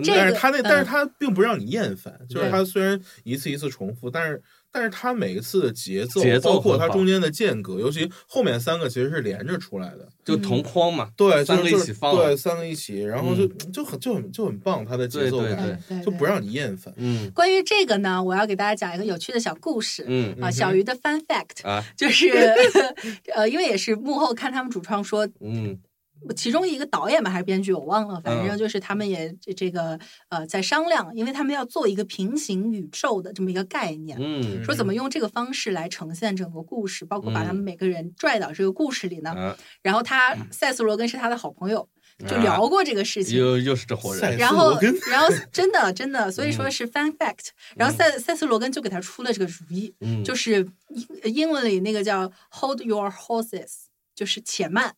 Speaker 1: 这
Speaker 2: 但是
Speaker 1: 个
Speaker 2: 他那，但是
Speaker 1: 嗯
Speaker 2: 他并不让你厌烦，就是
Speaker 3: 对
Speaker 2: 他虽然一次一次重复，但是但是他每一次的节奏，
Speaker 3: 节奏
Speaker 2: 包括
Speaker 3: 很
Speaker 2: 它
Speaker 3: 好
Speaker 2: 中间的间隔，尤其后面三个其实是连着出来的，
Speaker 3: 就
Speaker 1: 嗯
Speaker 3: 同框嘛，
Speaker 2: 对，
Speaker 3: 三
Speaker 2: 就
Speaker 3: 个
Speaker 2: 是就
Speaker 3: 一
Speaker 2: 是
Speaker 3: 起放嗯
Speaker 2: 对，三个一起，然后就就很就很就很棒，他的节奏
Speaker 3: 对
Speaker 1: 哎
Speaker 2: 感
Speaker 1: 对对，
Speaker 2: 就不让你厌烦。
Speaker 3: 嗯
Speaker 1: 关于这个呢，我要给大家讲一个有趣的小故事。
Speaker 3: 嗯
Speaker 1: 啊，小鱼的 fun fact
Speaker 3: 啊
Speaker 1: 就是，呃，因为也是幕后看他们主创说，
Speaker 3: 嗯
Speaker 1: 其中一个导演吧还是编剧，我忘了，反
Speaker 3: 嗯
Speaker 1: 正就是他们也这这个呃在商量，因为他们要做一个平行宇宙的这么一个概念，
Speaker 3: 嗯
Speaker 1: 说怎么用这个方式来呈现整个故事，包括把他们每个人拽到这个故事里呢。
Speaker 3: 啊，
Speaker 1: 然后他塞斯罗根是他的好朋友，就聊过这个事情，
Speaker 3: 啊又又是这伙人，
Speaker 1: 然
Speaker 2: 塞斯
Speaker 1: 后
Speaker 2: 罗根，
Speaker 1: 然后真的真的，所以说
Speaker 3: 嗯
Speaker 1: 是 fun fact、然后塞塞斯罗根就给他出了这个主意，
Speaker 3: 嗯
Speaker 1: 就是英英文里那个叫 hold your horses，且慢，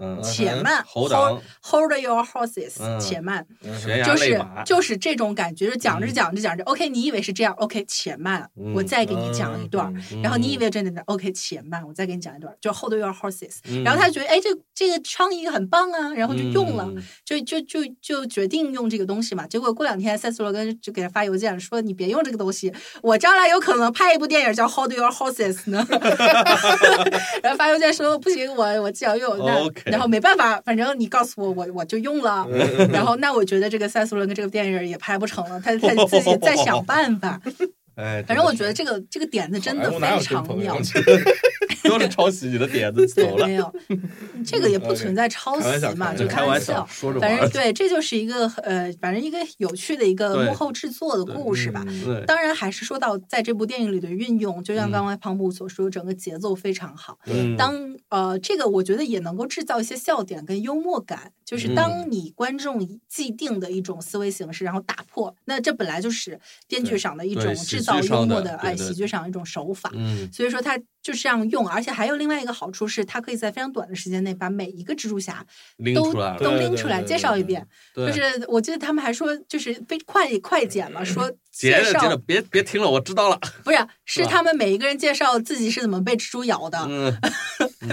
Speaker 3: 嗯
Speaker 1: 且
Speaker 2: 嗯哼
Speaker 1: 慢、hold
Speaker 3: hold on
Speaker 1: hold your horses，、
Speaker 3: 嗯
Speaker 1: 且慢，
Speaker 3: 悬崖
Speaker 1: 就
Speaker 3: 勒
Speaker 1: 是
Speaker 3: 马，
Speaker 1: 就是这种感觉，就讲着
Speaker 3: 嗯
Speaker 1: 讲着讲着、o k 你以为是这样，OK，且慢，
Speaker 3: 嗯
Speaker 1: 我再给你讲一段儿。
Speaker 3: 嗯
Speaker 1: 然后你以为真的 OK 且慢，我再给你讲一段儿，就 Hold Your Horses、
Speaker 3: 嗯
Speaker 1: 然后他觉得哎，这这个创意很棒啊，然后就用了，
Speaker 3: 嗯
Speaker 1: 就就就就决定用这个东西嘛。结果过两天塞斯罗根就给他发邮件说你别用这个东西，我将来有可能拍一部电影叫 Hold Your Horses 呢。 然后发邮件说不行，我我既要用，那
Speaker 3: OK
Speaker 1: 然后没办法，反正你告诉我，我我就用了。
Speaker 2: 嗯
Speaker 1: 然后那我觉得这个塞斯罗根这个电影也拍不成了，他他自己再想办法。
Speaker 3: 哎，
Speaker 1: 反正我觉得这个这个点子真的
Speaker 2: 好莱哎坞哪有
Speaker 1: 非
Speaker 2: 真
Speaker 1: 常
Speaker 2: 朋友啊
Speaker 1: 妙，
Speaker 3: 都是抄袭你的点子走
Speaker 1: 对，
Speaker 3: 了
Speaker 1: 没，有， 这个也不存在抄
Speaker 2: 开玩笑
Speaker 1: 袭嘛，
Speaker 2: 开玩
Speaker 1: 就
Speaker 2: 笑嗯
Speaker 3: 开玩
Speaker 1: 玩
Speaker 3: 笑，说着玩
Speaker 1: 反
Speaker 3: 儿
Speaker 1: 正。对，这就是一个呃，反正一个有趣的一个
Speaker 3: 对
Speaker 1: 幕后制作的
Speaker 3: 对
Speaker 1: 故事吧。
Speaker 2: 嗯
Speaker 3: 对，
Speaker 1: 当然，还是说到在这部电影里的运用，就像
Speaker 3: 嗯
Speaker 1: 刚才庞博所说，整个节奏非常好。
Speaker 3: 嗯
Speaker 1: 当呃，这个我觉得也能够制造一些笑点跟幽默感，
Speaker 3: 嗯
Speaker 1: 就是当你观众以既定的一种思维形式，然后打破，那这本来就是编剧
Speaker 3: 对
Speaker 1: 上的一
Speaker 3: 对
Speaker 1: 种
Speaker 3: 喜
Speaker 1: 制
Speaker 3: 剧
Speaker 1: 造幽
Speaker 3: 上
Speaker 1: 默
Speaker 3: 的
Speaker 1: 的，
Speaker 3: 对
Speaker 1: 哎，
Speaker 3: 对
Speaker 1: 喜剧上的一种手法。
Speaker 3: 嗯，
Speaker 1: 所以说它就这样用，而且还有另外一个好处是，它可以在非常短的时间内把每一个蜘蛛侠
Speaker 3: 拎
Speaker 1: 都
Speaker 3: 出来了，
Speaker 1: 都
Speaker 2: 对
Speaker 1: 拎
Speaker 2: 对
Speaker 1: 出来
Speaker 2: 对
Speaker 1: 介
Speaker 2: 对
Speaker 1: 绍一
Speaker 2: 对
Speaker 1: 遍。
Speaker 3: 对，嗯
Speaker 1: 就是我记得他们还说，就是非快快剪嘛，说
Speaker 3: 结
Speaker 1: 介
Speaker 3: 着结着，
Speaker 1: 绍
Speaker 3: 别别听了，我知道了。
Speaker 1: 不是
Speaker 3: 是
Speaker 1: 是
Speaker 3: 吧
Speaker 1: 他们每一个人介绍自己是怎么被蜘蛛咬 的，
Speaker 3: 嗯，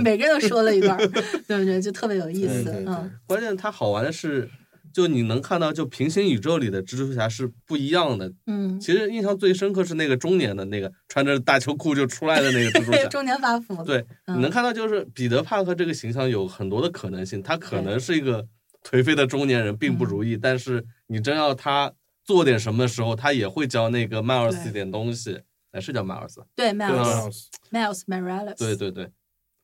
Speaker 1: 每个人都说了一 段儿，对不对？就特别有意
Speaker 2: 对
Speaker 1: 思
Speaker 2: 对，对
Speaker 1: 嗯，
Speaker 3: 关键它好玩的是，就你能看到，就平行宇宙里的蜘蛛侠是不一样的。
Speaker 1: 嗯，
Speaker 3: 其实印象最深刻是那个中年的那个穿着大秋裤就出来的那个蜘蛛
Speaker 1: 对，
Speaker 3: 侠。
Speaker 1: 中年发福，
Speaker 3: 对，
Speaker 1: 嗯
Speaker 3: 你能看到就是彼得帕克这个形象有很多的可能性，他可能是一个颓废的中年人，并不
Speaker 1: 嗯
Speaker 3: 如意，但是你真要他做点什么时候，他也会教那个迈尔斯
Speaker 1: 对
Speaker 3: 一点东西。哎，是叫迈尔斯？
Speaker 1: 对
Speaker 3: 啊
Speaker 1: ，Miles Miles Morales，
Speaker 3: 对对对，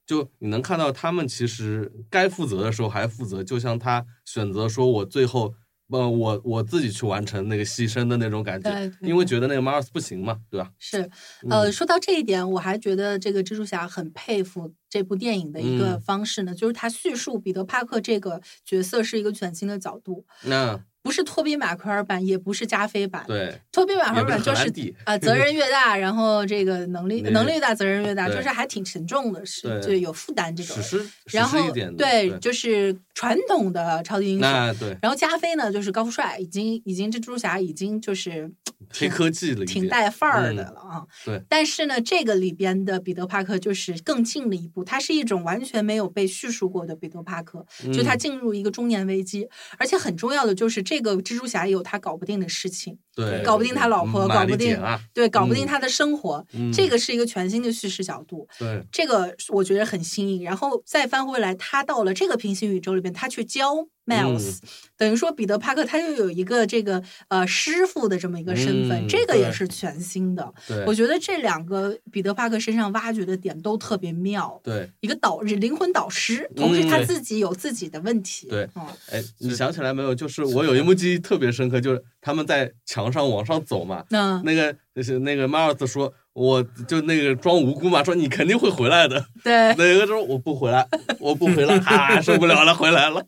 Speaker 3: 就你能看到他们其实该负责的时候还负责，就像他选择说我最后，呃，我我自己去完成那个牺牲的那种感
Speaker 1: 对
Speaker 3: 觉，
Speaker 1: 对
Speaker 3: 因为觉得那个马尔斯不行嘛，对吧？
Speaker 1: 是，
Speaker 3: 嗯
Speaker 1: 呃，说到这一点，我还觉得这个蜘蛛侠很佩服这部电影的一个
Speaker 3: 嗯
Speaker 1: 方式呢，就是他叙述彼得·帕克这个角色是一个全新的角度，
Speaker 3: 那
Speaker 1: 不是托比·马奎尔版，也不是加菲版。
Speaker 3: 对，
Speaker 1: 托比·马奎
Speaker 3: 也
Speaker 1: 尔
Speaker 3: 不是
Speaker 1: 版就
Speaker 3: 荷
Speaker 1: 是
Speaker 3: 兰弟，
Speaker 1: 啊、责任越大，然后这个能力
Speaker 3: 对
Speaker 1: 能力越大，责任越大，
Speaker 3: 对
Speaker 1: 就是还挺沉重的，是
Speaker 3: 对
Speaker 1: 就有负担这种
Speaker 3: 史。诗，史
Speaker 1: 然
Speaker 3: 诗
Speaker 1: 后
Speaker 3: 一点的，
Speaker 1: 对，就是传统的超级英雄。
Speaker 3: 那对，
Speaker 1: 然后加菲呢，就是高富帅，已经已经这蜘蛛侠已经就是
Speaker 3: 黑科技了一
Speaker 1: 挺
Speaker 3: 点，
Speaker 1: 带范儿的
Speaker 3: 嗯
Speaker 1: 了啊。
Speaker 3: 对。
Speaker 1: 但是呢，这个里边的彼得·帕克就是更进了一步，他是一种完全没有被叙述过的彼得·帕克，就他
Speaker 3: 嗯
Speaker 1: 进入一个中年危机，而且很重要的就是这个蜘蛛侠有他搞不定的事情，
Speaker 3: 对
Speaker 1: 搞不定他老婆，搞不定。
Speaker 3: 啊，
Speaker 1: 对，搞不定
Speaker 3: 嗯
Speaker 1: 他的生活，
Speaker 3: 嗯
Speaker 1: 这个是一个全新的叙事角度，
Speaker 3: 对
Speaker 1: 这个我觉得很新颖。然后再翻回来，他到了这个平行宇宙里边，他去教
Speaker 3: 嗯
Speaker 1: Miles，、等于说彼得·帕克他又有一个这个呃师傅的这么一个身份，
Speaker 3: 嗯
Speaker 1: 这个也
Speaker 2: 对
Speaker 1: 是全新的。我
Speaker 3: 对
Speaker 1: 觉得这两个彼得·帕克身上挖掘的点都特别妙，
Speaker 3: 对。
Speaker 1: 一个导灵魂导师，同时他
Speaker 3: 对
Speaker 1: 自己有自己的问题。
Speaker 3: 嗯对
Speaker 1: 嗯，
Speaker 3: 哎，你想起来没有？就是我有一幕记忆特别深刻，就是他们在墙上往上走嘛，
Speaker 1: 那
Speaker 3: 那个就是那个马尔斯说，我就那个装无辜嘛，说你肯定会回来的。
Speaker 1: 对
Speaker 3: 那个说我不回来，我不 回来，啊，受不了了，回来了，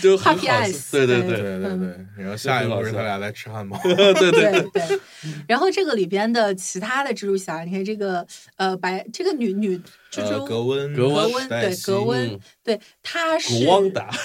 Speaker 3: 就很
Speaker 1: Happy
Speaker 3: 好
Speaker 1: eyes，
Speaker 3: 笑。对对
Speaker 2: 对
Speaker 3: 对
Speaker 2: 对对
Speaker 1: 嗯
Speaker 2: 对，然后下一步是他俩在吃汉堡，
Speaker 3: 对对，
Speaker 1: 对对，然后这个里边的其他的蜘蛛侠，你看这个呃白这个女女蜘
Speaker 2: 呃
Speaker 1: 蛛
Speaker 2: 格温
Speaker 3: 格温
Speaker 1: 温
Speaker 2: 黛
Speaker 1: 对
Speaker 2: 西
Speaker 1: 格温
Speaker 3: 嗯，
Speaker 1: 对她是
Speaker 3: 古汪达，
Speaker 2: 啊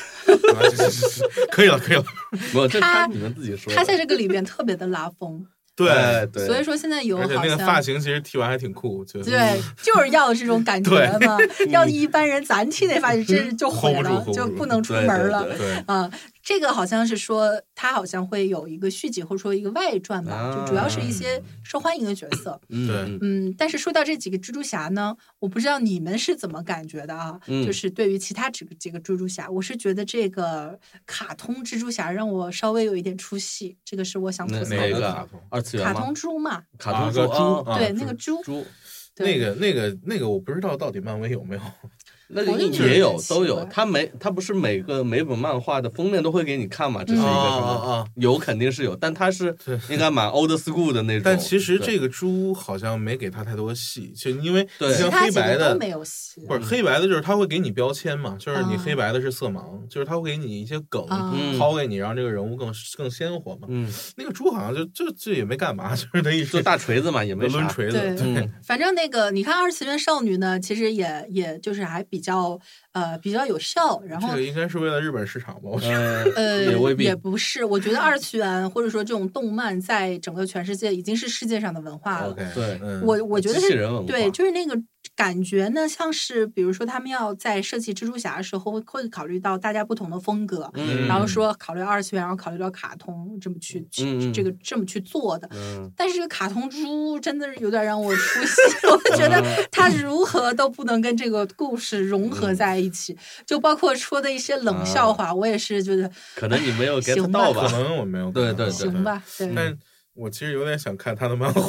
Speaker 2: 是是是是可以了可以了，
Speaker 3: 没有，这是
Speaker 1: 他
Speaker 3: 他你们自己说的。
Speaker 1: 她在这个里边特别的拉 风，
Speaker 3: 哎对，
Speaker 1: 所以说现在有
Speaker 2: 而且
Speaker 1: 好
Speaker 2: 那个发
Speaker 1: 像。
Speaker 2: 型其实剃完还挺酷，就
Speaker 1: 对，就是要这种感觉
Speaker 2: 对
Speaker 1: 嘛。要一般人，咱剃那发型真是就
Speaker 2: hold
Speaker 1: 毁
Speaker 2: 不住
Speaker 1: 了，
Speaker 2: ，hold 不
Speaker 1: 就
Speaker 2: 住
Speaker 1: 不能出
Speaker 3: 对
Speaker 1: 门
Speaker 3: 对
Speaker 1: 了。
Speaker 3: 对
Speaker 2: 对
Speaker 1: 啊、这个好像是说他好像会有一个续集，或者说一个外传吧，
Speaker 3: 啊
Speaker 1: 就主要是一些受欢迎的角色。
Speaker 3: 嗯
Speaker 2: 对
Speaker 3: 嗯
Speaker 1: 嗯，但是说到这几个蜘蛛侠呢，我不知道你们是怎么感觉的啊？
Speaker 3: 嗯
Speaker 1: 就是对于其他几个几个蜘蛛侠，我是觉得这个卡通蜘蛛侠让我稍微有一点出戏，这个是我想吐
Speaker 3: 那
Speaker 1: 槽
Speaker 2: 哪
Speaker 3: 哪
Speaker 1: 的。
Speaker 2: 个
Speaker 3: 个
Speaker 2: 卡通？
Speaker 3: 二次
Speaker 1: 卡
Speaker 3: 元吗
Speaker 1: 通？蜘蛛嘛，
Speaker 3: 卡
Speaker 2: 啊
Speaker 3: 通
Speaker 2: 个
Speaker 3: 啊
Speaker 2: 猪
Speaker 3: 啊
Speaker 1: 对，
Speaker 2: 是
Speaker 1: 那个猪，
Speaker 3: 猪，
Speaker 1: 对
Speaker 2: 那个那个那个我不知道到底漫威有没有，
Speaker 3: 那
Speaker 1: 我
Speaker 3: 个
Speaker 1: 就觉得
Speaker 3: 也有
Speaker 1: 很奇
Speaker 3: 都有
Speaker 1: 怪，
Speaker 3: 它每它不是每个每本漫画的封面都会给你看嘛，这是一个什么？
Speaker 2: 啊啊！
Speaker 3: 有肯定是有，但它是
Speaker 2: 对
Speaker 3: 应该蛮 old school 的那种。
Speaker 2: 但其实
Speaker 3: 对
Speaker 2: 这个猪好像没给他太多戏，就因为
Speaker 3: 对
Speaker 2: 像
Speaker 1: 其他
Speaker 2: 黑
Speaker 1: 几
Speaker 2: 白
Speaker 1: 个
Speaker 2: 的
Speaker 1: 都没有戏。
Speaker 2: 不是黑白的，就是他会给你标签嘛，就是你
Speaker 1: 啊
Speaker 2: 黑白的是色盲，就是他会给你一些梗
Speaker 1: 啊
Speaker 3: 嗯
Speaker 2: 抛给你，让这个人物更更鲜活嘛。
Speaker 3: 嗯，
Speaker 2: 那个猪好像就就就也没干嘛， 就是那一
Speaker 3: 就
Speaker 2: 直
Speaker 3: 大锤子嘛，也没啥
Speaker 2: 抡。锤子，
Speaker 1: 对
Speaker 3: 嗯，
Speaker 1: 反正那个，你看二次元少女呢，其实也也就是还比较呃比较有效，然后
Speaker 2: 这个应该是为了日本市场吧？我觉得
Speaker 3: 呃，
Speaker 1: 呃
Speaker 3: 也未必。
Speaker 1: 不是，我觉得二次元或者说这种动漫在整个全世界已经是世界上的文化了。
Speaker 2: OK，
Speaker 3: 对
Speaker 2: 嗯，
Speaker 1: 啊我我觉得
Speaker 3: 机器
Speaker 1: 是
Speaker 3: 人文化
Speaker 1: 对，就是那个感觉呢，像是比如说他们要在设计蜘蛛侠的时候，会会考虑到大家不同的风格，
Speaker 3: 嗯，
Speaker 1: 然后说考虑二次元，然后考虑到卡通这么去去、
Speaker 3: 嗯嗯
Speaker 1: 这个这么去做的。
Speaker 3: 嗯，
Speaker 1: 但是这个卡通猪真的是有点让我出戏，我觉得
Speaker 3: 嗯
Speaker 1: 它如何都不能跟这个故事融合在一起，就包括说的一些
Speaker 3: 嗯
Speaker 1: 冷笑话，我也是觉得
Speaker 3: 可能你没有 get
Speaker 1: 行吧
Speaker 3: 到
Speaker 2: 可
Speaker 3: 吧？
Speaker 2: 能我没有
Speaker 3: 对
Speaker 2: 看到
Speaker 3: 对对
Speaker 1: 行吧，对，
Speaker 2: 但我其实有点想看他的漫画，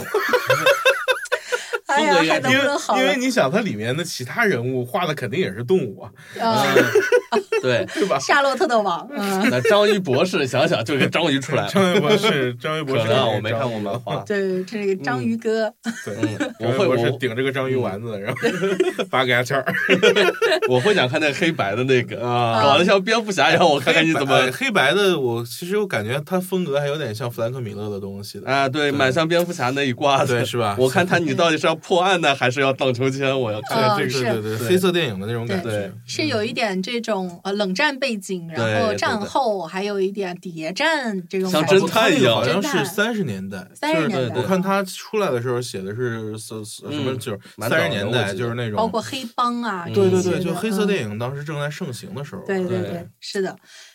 Speaker 1: 哎
Speaker 3: 风
Speaker 1: 呀，
Speaker 3: 格也
Speaker 1: 还能
Speaker 2: 因
Speaker 1: 不
Speaker 2: 为
Speaker 1: 能好
Speaker 2: 因
Speaker 1: 了
Speaker 2: 为？你想，它里面的其他人物画的肯定也是动 物啊，
Speaker 1: 啊，
Speaker 3: 嗯对，
Speaker 2: 对吧？
Speaker 1: 夏洛特的网，嗯，，
Speaker 3: 那张一博士想想就给章鱼出来了。
Speaker 2: 张微博是张微博
Speaker 3: 可
Speaker 2: 是
Speaker 3: 能啊我
Speaker 2: 给
Speaker 3: 没
Speaker 2: 章
Speaker 3: 看
Speaker 2: 鱼的
Speaker 3: 过漫画
Speaker 1: 对，这是个章鱼哥，
Speaker 2: 对，
Speaker 3: 嗯，
Speaker 2: 张
Speaker 3: 我
Speaker 2: 微
Speaker 3: 会
Speaker 2: 博是
Speaker 3: 我嗯
Speaker 2: 顶着个章鱼丸子，然后 发给他签儿。
Speaker 3: 我会想看那个黑白的那个，
Speaker 1: 啊
Speaker 3: 搞得像蝙蝠侠一样，我 看看你怎
Speaker 2: 黑白
Speaker 3: 么
Speaker 2: 黑白的，我其实我感觉他风格还有点像弗兰克米勒的东西的，
Speaker 3: 啊，对，蛮像蝙蝠侠那一挂的，
Speaker 2: 对是吧
Speaker 3: 我看他你到底是要破案呢，还是要荡秋千？我要看
Speaker 1: 啊
Speaker 2: 对对对对对，
Speaker 3: 是
Speaker 2: 黑色电影的那种感
Speaker 3: 对
Speaker 2: 觉。
Speaker 1: 是有一点这种呃冷战背景，然后
Speaker 3: 嗯对
Speaker 1: 战后还有一点谍战这种
Speaker 3: 像
Speaker 1: 感觉
Speaker 3: 侦探一样
Speaker 2: 好像
Speaker 1: 侦探
Speaker 2: 是三十年代，
Speaker 1: 30
Speaker 2: 就是
Speaker 1: 年代
Speaker 2: 我看他出来的时候写的是呃什什么，
Speaker 3: 嗯
Speaker 2: 就是
Speaker 3: 蛮早
Speaker 2: 三
Speaker 3: 的
Speaker 2: 十年
Speaker 3: 我
Speaker 2: 代，
Speaker 3: 记得
Speaker 2: 就是那种
Speaker 1: 包括黑帮啊，
Speaker 3: 嗯
Speaker 2: 对对
Speaker 1: 这
Speaker 2: 对，
Speaker 1: 些
Speaker 2: 就
Speaker 1: 的
Speaker 2: 黑色
Speaker 1: 嗯
Speaker 2: 电影当时正在盛行的时候。
Speaker 1: 对对
Speaker 3: 对
Speaker 1: 对，是的，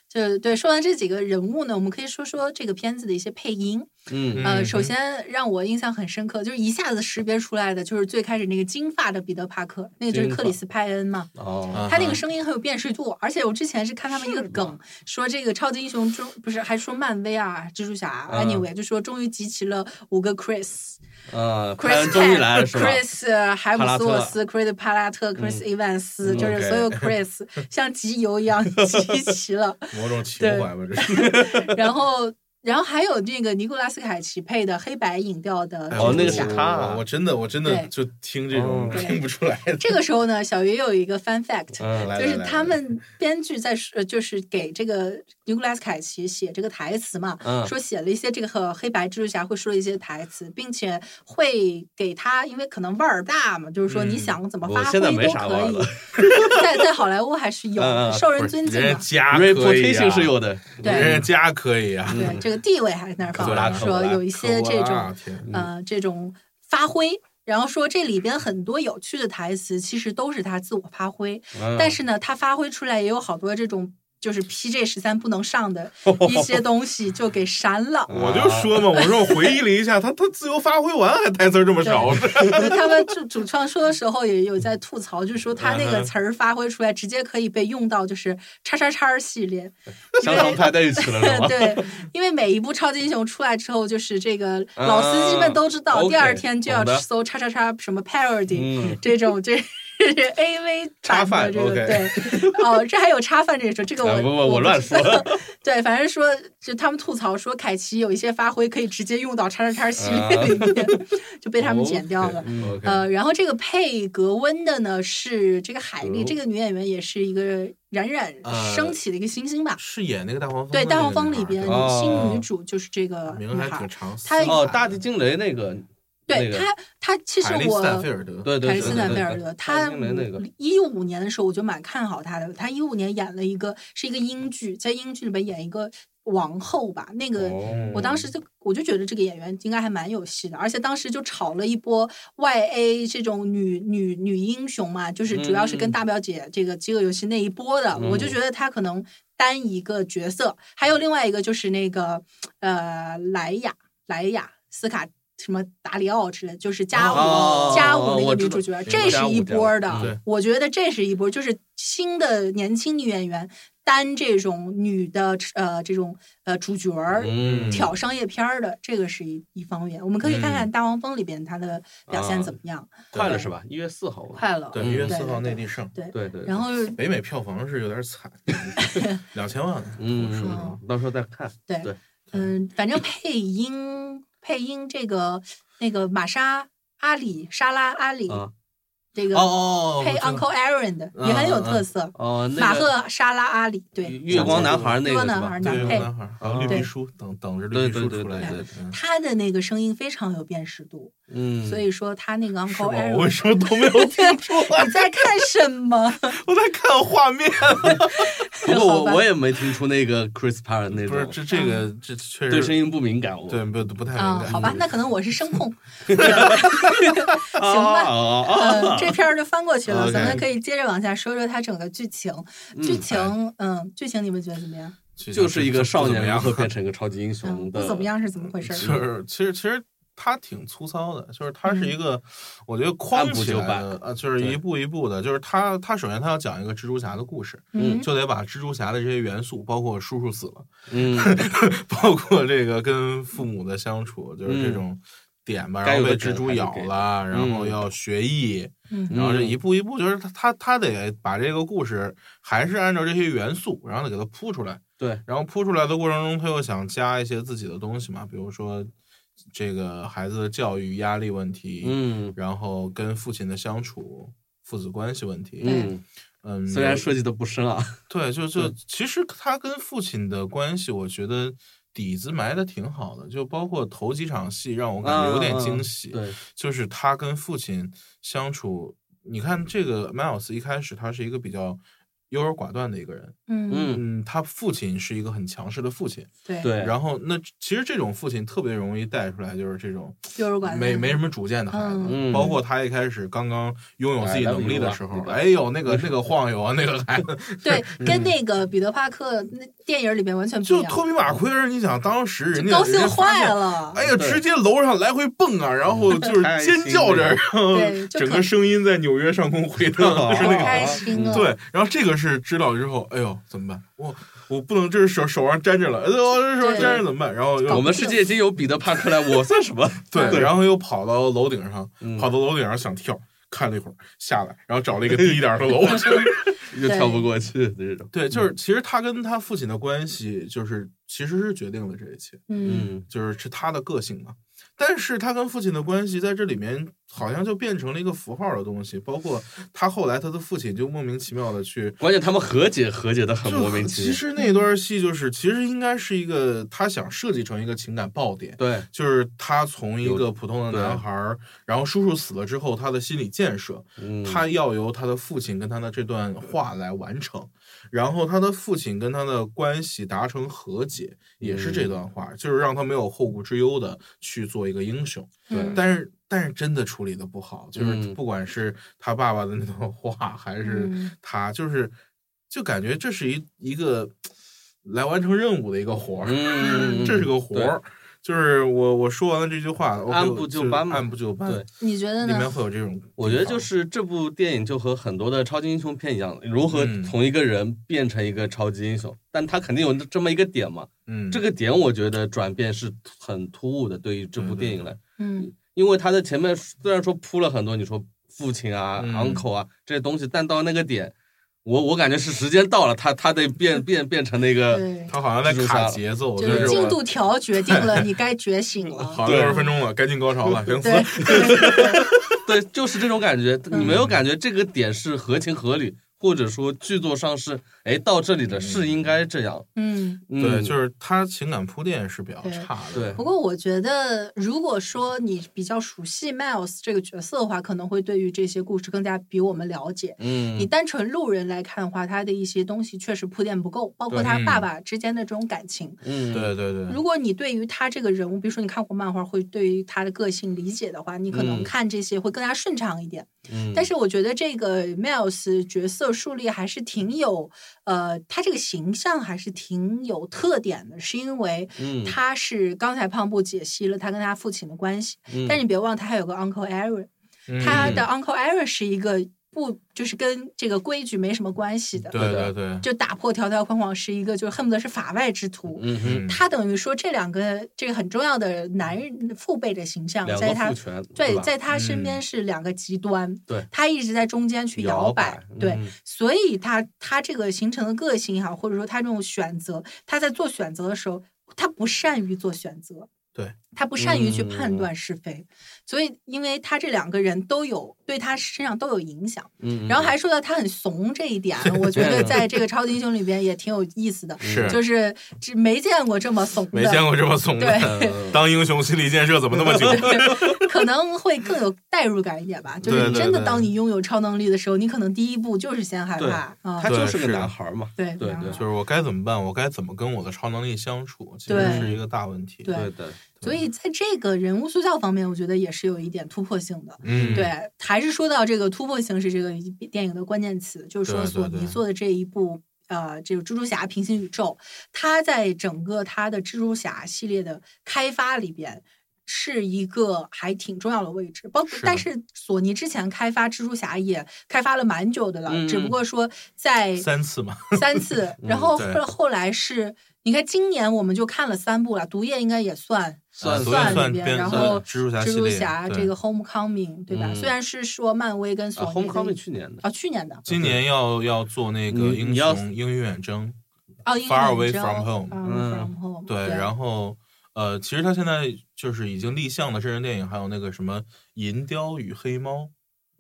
Speaker 1: 就是对。说完这几个人物呢，我们可以说说这个片子的一些配音。
Speaker 3: 嗯
Speaker 1: 呃，
Speaker 2: 嗯
Speaker 1: 首
Speaker 2: 哼
Speaker 1: 先让我印象很深刻，就是一下子识别出来的，就是最开始那个金发的彼得·帕克，那个就是
Speaker 3: 金
Speaker 1: 克
Speaker 3: 发
Speaker 1: 里斯·派恩嘛。
Speaker 3: 哦
Speaker 2: 啊
Speaker 1: 他那个
Speaker 2: 哈
Speaker 1: 声音很有辨识度，而且我之前是看他们一个梗，说这个超级英雄中不是还说漫威啊、蜘蛛侠啊、
Speaker 3: 嗯
Speaker 1: anyway，就说终于集齐了五个 Chris，
Speaker 3: 啊，派
Speaker 1: Chris
Speaker 3: 恩终于来
Speaker 1: Pratt
Speaker 3: 了是吧？
Speaker 1: Chris 呃海姆
Speaker 3: 帕拉
Speaker 1: 斯
Speaker 3: 特
Speaker 1: 沃斯、Chris 帕拉特、Chris
Speaker 3: 嗯
Speaker 1: 伊万斯，
Speaker 3: 嗯
Speaker 1: 就是
Speaker 2: OK
Speaker 1: 所有 Chris 像集邮一样 集齐了。
Speaker 2: 某种情怀吧，这是。
Speaker 1: 然后，然后还有那个尼古拉斯凯奇配的黑白影调的
Speaker 2: 哎
Speaker 1: 蜘
Speaker 3: 哦
Speaker 1: 蛛
Speaker 3: 那个
Speaker 1: 侠
Speaker 3: 是他啊
Speaker 2: 我我真的我真
Speaker 1: 对
Speaker 2: 的就听这种
Speaker 3: 哦
Speaker 2: 听不出来的。
Speaker 1: 这个时候呢，小鱼有一个 fun fact，
Speaker 3: 嗯，
Speaker 2: 来
Speaker 3: 来
Speaker 1: 就
Speaker 2: 来
Speaker 1: 是
Speaker 2: 来
Speaker 1: 他
Speaker 2: 来
Speaker 1: 们编剧在说呃就是给这个尼古拉斯凯奇写这个台词嘛，
Speaker 3: 嗯
Speaker 1: 说写了一些这个和黑白蜘蛛侠会说一些台词，并且会给他，因为可能腕儿大嘛，就是说你
Speaker 2: 嗯
Speaker 1: 想怎么
Speaker 3: 我
Speaker 1: 发挥
Speaker 3: 现在没
Speaker 1: 都
Speaker 3: 啥
Speaker 1: 可
Speaker 3: 腕
Speaker 1: 以
Speaker 3: 儿了。
Speaker 1: 在在好莱坞还是有
Speaker 3: 嗯嗯
Speaker 1: 受人
Speaker 2: 不是
Speaker 1: 尊敬
Speaker 2: 人
Speaker 1: 的
Speaker 2: 家，家可以啊
Speaker 3: reputation 是有的，
Speaker 1: 对
Speaker 2: 人家可以啊。
Speaker 1: 对
Speaker 3: 嗯
Speaker 1: 这个地位还在那儿
Speaker 3: 可不啦
Speaker 1: 放着，
Speaker 3: 可不啦
Speaker 1: 说有一些这
Speaker 2: 可
Speaker 3: 啊
Speaker 2: 不
Speaker 1: 种
Speaker 2: 啦啊天
Speaker 3: 嗯
Speaker 1: 呃这种发挥。然后说这里边很多有趣的台词，其实都是他自我发挥，
Speaker 3: 嗯
Speaker 1: 但是呢，他发挥出来也有好多这种就是 PJ 十三不能上 的一些东西，就给删了。
Speaker 3: 嗯
Speaker 2: 我就说嘛，我说我回忆了一下，他他自由发挥完还台词儿这么少，
Speaker 1: 就他们主主创说的时候也有在吐槽，就是说他那
Speaker 3: 嗯
Speaker 1: 个词儿发挥出来，直接可以被用到就是叉叉叉系 列。
Speaker 3: 相当拍在一起了是吧？
Speaker 1: 对，因为每一部超级英雄出来之后，就是这个老司机们都知
Speaker 3: 啊
Speaker 1: 道，
Speaker 3: ，OK，
Speaker 1: 第二天就要
Speaker 3: 懂的
Speaker 1: 搜叉叉叉什么 parody
Speaker 3: 嗯，
Speaker 1: 这种这。A V
Speaker 2: 插饭
Speaker 1: 这个
Speaker 2: OK 哎
Speaker 1: 对，哦，这还有插饭这说，这个
Speaker 3: 啊
Speaker 1: 我
Speaker 3: 不不我乱说。
Speaker 1: 对，反正说就他们吐槽说凯奇有一些发挥可以直接用到叉叉叉系
Speaker 2: 啊
Speaker 1: 列里面，就被他们剪掉
Speaker 3: 哦
Speaker 1: 了。
Speaker 2: 嗯 OK，
Speaker 1: 呃，然后这个配格温的呢是这个海
Speaker 2: 哦
Speaker 1: 莉，
Speaker 3: 格
Speaker 1: 这个女演员也是一个冉冉
Speaker 2: 呃
Speaker 1: 升起的一个新星吧？
Speaker 2: 是演那个大黄蜂
Speaker 1: 对，《
Speaker 2: 的
Speaker 1: 大
Speaker 2: 那
Speaker 1: 黄
Speaker 2: 个
Speaker 1: 蜂》
Speaker 2: 女
Speaker 1: 里边
Speaker 2: 孩啊儿
Speaker 3: 哦
Speaker 1: 新女主就是这个女
Speaker 2: 名还
Speaker 1: 孩
Speaker 2: 挺
Speaker 1: 儿。
Speaker 2: 长，
Speaker 1: 她
Speaker 2: 斯卡
Speaker 3: 哦，
Speaker 2: 的
Speaker 3: 大地惊雷那个，
Speaker 1: 对
Speaker 3: 那个
Speaker 1: 她，她其实
Speaker 2: 海莉斯坦菲
Speaker 1: 我
Speaker 2: 尔德，
Speaker 3: 对对
Speaker 1: 凯
Speaker 3: 对
Speaker 1: 莉
Speaker 3: 对
Speaker 1: 斯坦菲尔德，
Speaker 3: 大
Speaker 1: 她
Speaker 3: 地惊雷那个，
Speaker 1: 一五年的时候我就蛮看好她的。她一五年演了一个是一个英剧，在英剧里边演一个王后吧，那个
Speaker 3: 哦
Speaker 1: 我当时就我就觉得这个演员应该还蛮有戏的，而且当时就炒了一波 YA 这种女女女英雄嘛，就是主要是跟
Speaker 3: 嗯
Speaker 1: 大表姐这个《饥饿游戏》那一波的，
Speaker 3: 嗯
Speaker 1: 我就觉得她可能单一个角色，还有另外一个就是那个呃莱雅莱雅斯卡。什么达里奥之类，就是加五、
Speaker 3: 哦
Speaker 1: 加
Speaker 3: 哦
Speaker 1: 五那
Speaker 3: 我
Speaker 1: 个女
Speaker 3: 知
Speaker 1: 主
Speaker 3: 道
Speaker 1: 角，
Speaker 3: 明白
Speaker 1: 这是
Speaker 3: 加
Speaker 1: 一
Speaker 3: 五加
Speaker 1: 波
Speaker 3: 五
Speaker 1: 儿的，
Speaker 2: 对
Speaker 1: 我觉得这是一波，就是新的年轻女演员担这种女的呃这种呃主角儿，
Speaker 3: 嗯
Speaker 1: 挑商业片儿的，这个是一一方面。我们可以
Speaker 2: 嗯
Speaker 1: 看看《大黄蜂》里边它的表现怎么样，
Speaker 3: 快了是吧？一月四号吧，
Speaker 1: 快了。
Speaker 2: 啊对，
Speaker 3: 嗯
Speaker 2: 一月
Speaker 1: 对
Speaker 2: 四号
Speaker 1: 对
Speaker 2: 内地上，
Speaker 1: 对
Speaker 3: 对对，对
Speaker 1: 然后
Speaker 2: 北美票房是有点惨， 两千万，
Speaker 3: 嗯，
Speaker 2: 我说实话
Speaker 3: 嗯到时候再看。
Speaker 1: 对
Speaker 3: 对，
Speaker 1: 嗯，反正配音配音这个那个玛莎阿里莎拉阿里
Speaker 3: 啊
Speaker 1: 这个
Speaker 2: 哦哦哦，
Speaker 1: 配
Speaker 2: 我知道
Speaker 1: Uncle Aaron 的
Speaker 2: 嗯
Speaker 1: 也很有
Speaker 2: 嗯
Speaker 1: 特色，
Speaker 3: 哦，那
Speaker 1: 马
Speaker 3: 个
Speaker 1: 赫莎拉阿里对
Speaker 3: 月光男孩那
Speaker 1: 月
Speaker 3: 个
Speaker 1: 光
Speaker 3: 是
Speaker 1: 男
Speaker 3: 吧
Speaker 1: 孩
Speaker 2: 对，
Speaker 1: 男
Speaker 2: 有
Speaker 1: 配。
Speaker 2: 男孩
Speaker 3: 啊
Speaker 2: 儿，绿
Speaker 1: 对
Speaker 2: 皮书等等着绿皮
Speaker 3: 对
Speaker 2: 书
Speaker 3: 对
Speaker 2: 出
Speaker 3: 对
Speaker 2: 来
Speaker 3: 对
Speaker 2: 的
Speaker 3: 对，
Speaker 2: 嗯
Speaker 1: 他的那个声音非常有辨识度，
Speaker 3: 嗯，
Speaker 1: 所以说他那个
Speaker 2: 是
Speaker 1: Uncle
Speaker 2: 吗？我为
Speaker 1: Aaron，
Speaker 2: 什么都 没有听出来
Speaker 1: 你？在看什么？
Speaker 2: 我在看画 面，
Speaker 3: 不过
Speaker 1: 好吧
Speaker 3: 我我也没听出那个 Chris p a r 那
Speaker 2: 不是
Speaker 3: 种
Speaker 2: 这这个这确
Speaker 3: 对声
Speaker 2: 实
Speaker 3: 音不敏感，我
Speaker 2: 哎对不不太
Speaker 1: 嗯啊
Speaker 2: 敏，感，
Speaker 1: 好吧，那可能我是声控。
Speaker 3: 行
Speaker 1: 吧
Speaker 3: 吧
Speaker 1: 嗯，这片儿就翻过去了，
Speaker 2: 哦 OK
Speaker 1: 咱们可以接着往下说说它整个剧情。剧情，
Speaker 2: 哎
Speaker 1: 嗯，剧情你们觉得怎么样？
Speaker 2: 就
Speaker 3: 就是一个少年如
Speaker 2: 然
Speaker 3: 何
Speaker 2: 后
Speaker 3: 变成一个超级英雄
Speaker 1: 嗯，
Speaker 3: 的，
Speaker 1: 不怎么样是怎么回事儿？嗯
Speaker 2: 就是其实其实它挺粗糙的，就是它是一个，我觉得框起来
Speaker 3: 按部
Speaker 2: 的，呃，就是一步一步的，就是它它首先它要讲一个蜘蛛侠的故事，
Speaker 1: 嗯
Speaker 2: 就得把蜘蛛侠的这些元素，包括叔叔死了，
Speaker 3: 嗯，
Speaker 2: 包括这个跟父母的相处，就是这种点吧，
Speaker 3: 嗯该
Speaker 2: 然
Speaker 3: 有
Speaker 2: 后
Speaker 3: 的
Speaker 2: 被蜘蛛咬
Speaker 3: 梗
Speaker 2: 了，然后
Speaker 3: 嗯
Speaker 2: 要学艺，
Speaker 1: 嗯
Speaker 2: 然后这一步一步，就是他他他得把这个故事还是按照这些元素，然后得给它铺出来。
Speaker 3: 对，
Speaker 2: 然后铺出来的过程中，他又想加一些自己的东西嘛，比如说这个孩子的教育压力问题，
Speaker 3: 嗯
Speaker 2: 然后跟父亲的相处、父子关系问题。
Speaker 3: 嗯，
Speaker 2: 嗯，
Speaker 3: 虽然设计的不深啊，
Speaker 2: 对，就就
Speaker 3: 对
Speaker 2: 其实他跟父亲的关系，我觉得底子埋的挺好的，就包括头几场戏让我感觉有点惊喜。
Speaker 3: 嗯对，
Speaker 2: 就是他跟父亲相处。你看这个迈尔斯一开始他是一个比较优柔寡断的一个人，
Speaker 1: 嗯，
Speaker 3: 嗯
Speaker 2: 嗯，他父亲是一个很强势的父亲，
Speaker 1: 对，
Speaker 3: 对，
Speaker 2: 然后那其实这种父亲特别容易带出来就是这种
Speaker 1: 优柔寡断，
Speaker 2: 没没什么主见的孩子，
Speaker 3: 嗯
Speaker 2: 包括他一开始刚刚拥有自己能力的时候，
Speaker 3: 哎
Speaker 2: 哎呦那个那个晃悠啊，那个孩子
Speaker 1: 对，跟那个彼得帕克那电影里边完全不
Speaker 2: 嗯就
Speaker 1: 一样，
Speaker 2: 托比马奎尔，你想当时人
Speaker 1: 就
Speaker 2: 家
Speaker 1: 高兴
Speaker 2: 人家发现
Speaker 1: 坏了。
Speaker 2: 哎呀，
Speaker 3: 对
Speaker 2: 直接楼上来回蹦啊，然 后就是
Speaker 3: 开心
Speaker 2: 尖叫着，
Speaker 3: 那
Speaker 2: 然后
Speaker 1: 对就
Speaker 2: 整
Speaker 1: 可哦
Speaker 2: 个声音在纽约上空回荡，
Speaker 3: 啊
Speaker 2: 哎就是那个。
Speaker 1: 开心了
Speaker 2: 对，然后这个是知道之后，哎呦，怎么办？我我不能，这是手手上沾着了，哎呦，这手上沾着怎么办？然后
Speaker 3: 我
Speaker 2: 又
Speaker 3: 们世界已经有彼得帕克了，我算什么？
Speaker 2: 对，然后又跑到楼顶上，
Speaker 3: 嗯
Speaker 2: 跑到楼顶上想跳，看了一会儿下来，然后找了一个低一点的楼。
Speaker 3: 又跳不过去的这种，
Speaker 2: 对，就是其实他跟他父亲的关系，就是其实是决定了这一切。
Speaker 1: 嗯，
Speaker 3: 嗯
Speaker 2: 就是是他的个性嘛。但是他跟父亲的关系在这里面好像就变成了一个符号的东西，包括他后来他的父亲就莫名其妙的去，
Speaker 3: 关键他们和解和解的很
Speaker 2: 就
Speaker 3: 莫名其
Speaker 2: 其
Speaker 3: 妙。
Speaker 2: 实那段戏就是其实应该是一个他想设计成一个情感爆点，
Speaker 3: 对，
Speaker 2: 就是他从一
Speaker 3: 有
Speaker 2: 个普通的
Speaker 3: 对
Speaker 2: 男孩儿，然后叔叔死了之后他的心理建设，
Speaker 3: 嗯，
Speaker 2: 他要由他的父亲跟他的这段话来完成，然后他的父亲跟他的关系达成和解，也是这段
Speaker 3: 嗯
Speaker 2: 话，就是让他没有后顾之忧的去做一个英雄。
Speaker 1: 嗯
Speaker 2: 但是，但是真的处理的不好，就是
Speaker 3: 嗯
Speaker 2: 不管是他爸爸的那段话，还是
Speaker 1: 嗯
Speaker 2: 他，就是就感觉这是一一个来完成任务的一个活儿，
Speaker 3: 嗯，
Speaker 2: 这是个活儿。就是我我说完了这句话，OK，
Speaker 3: 按部就
Speaker 2: 就是
Speaker 3: 班嘛
Speaker 2: 按部就班，
Speaker 3: 对
Speaker 1: 你觉得
Speaker 2: 里面
Speaker 1: 呢？
Speaker 2: 会有这种地方，
Speaker 3: 我觉得就是这部电影就和很多的超级英雄片一样，如何
Speaker 2: 嗯
Speaker 3: 从一个人变成一个超级英雄，但他肯定有这么一个点嘛。
Speaker 2: 嗯，
Speaker 3: 这个点我觉得转变是很突兀的，对于这
Speaker 2: 对
Speaker 3: 部
Speaker 2: 对
Speaker 3: 电影来，
Speaker 1: 嗯
Speaker 3: 因为他在前面虽然说铺了很多，你说父亲啊、
Speaker 2: 嗯
Speaker 3: uncle 啊这些东西，但到那个点，我我感觉是时间到了，他他得变变变成那个，
Speaker 1: 对，
Speaker 2: 呃他好像在卡节奏，
Speaker 1: 就
Speaker 2: 就是是
Speaker 1: 进
Speaker 2: 我
Speaker 1: 度条决定了你该觉醒 了。
Speaker 2: 好六十分钟了，该进高潮了，行，
Speaker 1: 对，
Speaker 3: 对，就是这种感觉。
Speaker 1: 嗯
Speaker 3: 你没有感觉这个点是合情合理，或者说剧作上是，哎，到这里了是应该这样。
Speaker 1: 嗯。
Speaker 3: 嗯、
Speaker 2: 对，就是他情感铺垫是比较差的，
Speaker 3: 对
Speaker 1: 不过我觉得，如果说你比较熟悉 Miles 这个角色的话，可能会对于这些故事更加比我们了解。你
Speaker 3: 嗯，
Speaker 1: 单纯路人来看的话，他的一些东西确实铺垫不够，包括
Speaker 2: 对
Speaker 1: 他
Speaker 2: 嗯
Speaker 1: 爸爸之间的这种感情。
Speaker 3: 嗯，
Speaker 2: 对对对，
Speaker 1: 如果你对于他这个人物，比如说你看过漫画，会对于他的个性理解的话，你可能
Speaker 3: 嗯
Speaker 1: 看这些会更加顺畅一点。
Speaker 3: 嗯，
Speaker 1: 但是我觉得这个 Miles 角色树立还是挺有，呃，他这个形象还是挺有特点的，是因为
Speaker 3: 嗯，
Speaker 1: 他是刚才胖布解析了他跟他父亲的关系，
Speaker 3: 嗯，
Speaker 1: 但是你别忘他还有个 Uncle Aaron，
Speaker 2: 嗯
Speaker 1: 他的 Uncle Aaron 是一个不就是跟这个规矩没什么关系的，
Speaker 2: 对对对，
Speaker 1: 就打破条条框框，是一个就恨不得是法外之徒。
Speaker 3: 嗯哼，
Speaker 2: 嗯
Speaker 1: 他等于说这两个这个很重要的男人父辈的形象，
Speaker 3: 两
Speaker 1: 在
Speaker 3: 个
Speaker 1: 他
Speaker 3: 父权，
Speaker 1: 对，
Speaker 3: 吧
Speaker 1: 在他身边
Speaker 2: 嗯
Speaker 1: 是两个极端，
Speaker 3: 对
Speaker 1: 他一直在中间去摇
Speaker 3: 摇
Speaker 1: 摆，
Speaker 3: 摆
Speaker 1: 对，
Speaker 3: 嗯
Speaker 1: 所以他他这个形成的个性也好，或者说他这种选择，他在做选择的时候，他不善于做选择，
Speaker 2: 对，
Speaker 1: 他不善于去判
Speaker 3: 嗯
Speaker 1: 断是非，所以因为他这两个人都有对他身上都有影响，
Speaker 3: 嗯，
Speaker 1: 然后还说到他很怂这一 点，我觉得在这个超级英雄里边也挺有意思
Speaker 3: 嗯
Speaker 1: 的，
Speaker 2: 是
Speaker 1: 就是只没见过这么怂的，
Speaker 2: 没见过这么怂的，
Speaker 1: 对。
Speaker 3: 呃
Speaker 2: 当英雄心理建设怎么那么久？
Speaker 1: 可能会更有代入感一点吧。就
Speaker 2: 对
Speaker 1: 是
Speaker 2: 对
Speaker 1: 真的，
Speaker 2: 对
Speaker 1: 当你拥有超能力的时候，你可能第一步就是先害怕啊
Speaker 3: 他。
Speaker 2: 对
Speaker 3: 就是
Speaker 2: 是
Speaker 3: 个
Speaker 2: 的
Speaker 3: 男孩嘛，
Speaker 1: 对
Speaker 3: 对 对
Speaker 2: 就是我该怎么办？我该怎么跟我的超能力相处？其实
Speaker 1: 对
Speaker 2: 是一个大问题。
Speaker 1: 对呃
Speaker 3: 对的，
Speaker 1: 所以在这个人物塑造方面，我觉得也是有一点突破性的。
Speaker 2: 嗯，
Speaker 1: 对，还是说到这个突破性是这个电影的关键词，就是说
Speaker 2: 对对
Speaker 1: 索尼
Speaker 2: 对
Speaker 1: 做的这一部。呃，这个蜘蛛侠平行宇宙，它在整个它的蜘蛛侠系列的开发里边，是一个还挺重要的位置。包括
Speaker 2: 是
Speaker 1: 但是索尼之前开发蜘蛛侠也开发了蛮久的了，
Speaker 3: 嗯
Speaker 1: 只不过说在
Speaker 2: 三次嘛，
Speaker 1: 三次，然后
Speaker 2: 对
Speaker 1: 后后来是。你看，今年我们就看了三部了，《毒液》应该也算，
Speaker 2: 啊
Speaker 3: 算
Speaker 1: 算
Speaker 2: 昨天
Speaker 1: 呃里
Speaker 2: 算
Speaker 1: 面
Speaker 2: 编
Speaker 1: 然
Speaker 2: 算
Speaker 1: 后
Speaker 2: 蜘蛛侠
Speaker 1: 蜘
Speaker 2: 系
Speaker 1: 蛛
Speaker 2: 列
Speaker 1: 侠
Speaker 2: 对
Speaker 1: 这个《Homecoming》，对吧？
Speaker 3: 嗯
Speaker 1: 虽然是说漫威跟索
Speaker 3: 啊
Speaker 1: 尼的
Speaker 3: ，Homecoming 去年的
Speaker 1: 啊，去年的
Speaker 2: 今年要要做那个
Speaker 3: 你
Speaker 2: 英
Speaker 3: 你要
Speaker 2: 雄英语远征，
Speaker 1: 哦英
Speaker 2: Far
Speaker 1: 雄远
Speaker 2: away
Speaker 1: 征
Speaker 2: from home
Speaker 1: Far away from home，
Speaker 2: 对，
Speaker 1: 后
Speaker 2: 然后呃，其实他现在就是已经立项的真人电影，还有那个什么《银雕与黑猫》，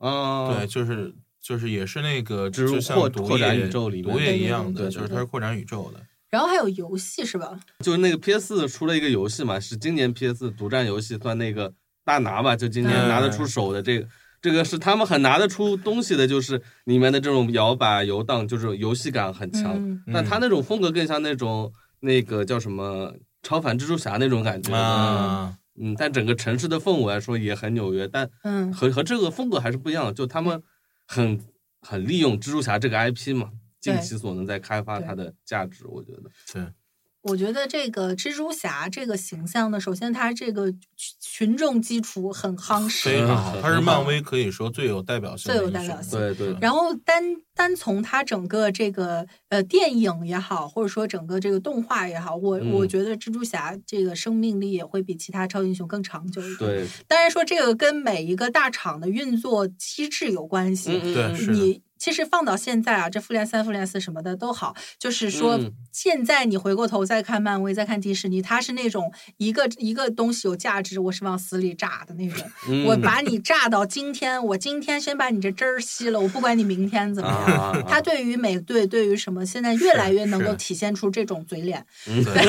Speaker 3: 啊，
Speaker 2: 对，，就是就是也是那个
Speaker 3: 植入
Speaker 2: 就像
Speaker 3: 扩
Speaker 2: 毒
Speaker 3: 扩展
Speaker 2: 液
Speaker 3: 宇宙里面
Speaker 2: 毒
Speaker 1: 对
Speaker 2: 液一
Speaker 1: 对
Speaker 2: 样
Speaker 3: 对
Speaker 2: 的，
Speaker 3: 对
Speaker 2: 就是它是扩展宇宙的。
Speaker 1: 然后还有游戏是吧？
Speaker 3: 就是那个 PS 四出了一个游戏嘛，是今年 PS 四独占游戏算那个大拿吧，就今年
Speaker 2: 嗯
Speaker 3: 拿得出手的这个。这个是他们很拿得出东西的，就是里面的这种摇摆游荡，就是游戏感很强。
Speaker 1: 嗯
Speaker 3: 但他那种风格更像那种那个叫什么超凡蜘蛛侠那种感觉。
Speaker 2: 啊，
Speaker 3: 嗯，但整个城市的氛围来说也很纽约，但
Speaker 1: 嗯，
Speaker 3: 和和这个风格还是不一样的。就他们很很利用蜘蛛侠这个 IP 嘛，尽
Speaker 1: 对
Speaker 3: 其所能在开发它的价值，我觉得。
Speaker 2: 对，
Speaker 1: 我觉得这个蜘蛛侠这个形象呢，首先他这个群群众基础很夯
Speaker 2: 非
Speaker 1: 实，
Speaker 2: 常好，
Speaker 3: 嗯
Speaker 2: 它是
Speaker 3: 很
Speaker 2: 漫
Speaker 3: 好
Speaker 2: 威可以说最有代表性的
Speaker 1: 最有
Speaker 2: 英
Speaker 1: 代
Speaker 2: 雄
Speaker 1: 表
Speaker 2: 了
Speaker 1: 性
Speaker 3: 对对
Speaker 1: 然后单单从他整个这个呃电影也好，或者说整个这个动画也好，我、
Speaker 3: 嗯
Speaker 1: 我觉得蜘蛛侠这个生命力也会比其他超级英雄更长久一点。
Speaker 3: 对，
Speaker 1: 当然说这个跟每一个大厂的运作机制有关系，
Speaker 3: 嗯
Speaker 2: 对是的
Speaker 1: 你其实放到现在啊，这复联三、复联四什么的都好，就是说
Speaker 3: 嗯
Speaker 1: 现在你回过头再看漫威、再看迪士尼，它是那种一个一个东西有价值，我是往死里炸的那种，
Speaker 3: 嗯
Speaker 1: 我把你炸到今天，我今天先把你这汁儿吸了，我不管你明天怎么样。
Speaker 3: 啊，
Speaker 1: 它对于美队，对于什么，现在越来越能够
Speaker 2: 是
Speaker 1: 体现出这种嘴脸，
Speaker 3: 嗯
Speaker 2: 对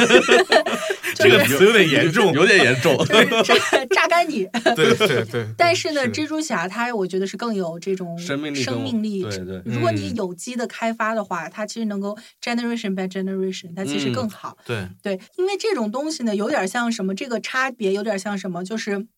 Speaker 1: 就是
Speaker 2: 这个词有点严重
Speaker 3: 有点严 重。
Speaker 1: 就是榨榨干你。
Speaker 2: 对对对，
Speaker 1: 但是呢，
Speaker 3: 是
Speaker 1: 蜘蛛侠它我觉得是更有这种
Speaker 3: 生命力跟我，
Speaker 1: 生命力
Speaker 3: 对对，
Speaker 1: 如果你
Speaker 2: 嗯
Speaker 1: 有机的开发的话，它其实能够 generation by generation，它其实
Speaker 3: 嗯
Speaker 1: 更好。
Speaker 2: 对
Speaker 1: 对，因为这种东西呢，有点像什么，这个差别有点像什么，就是。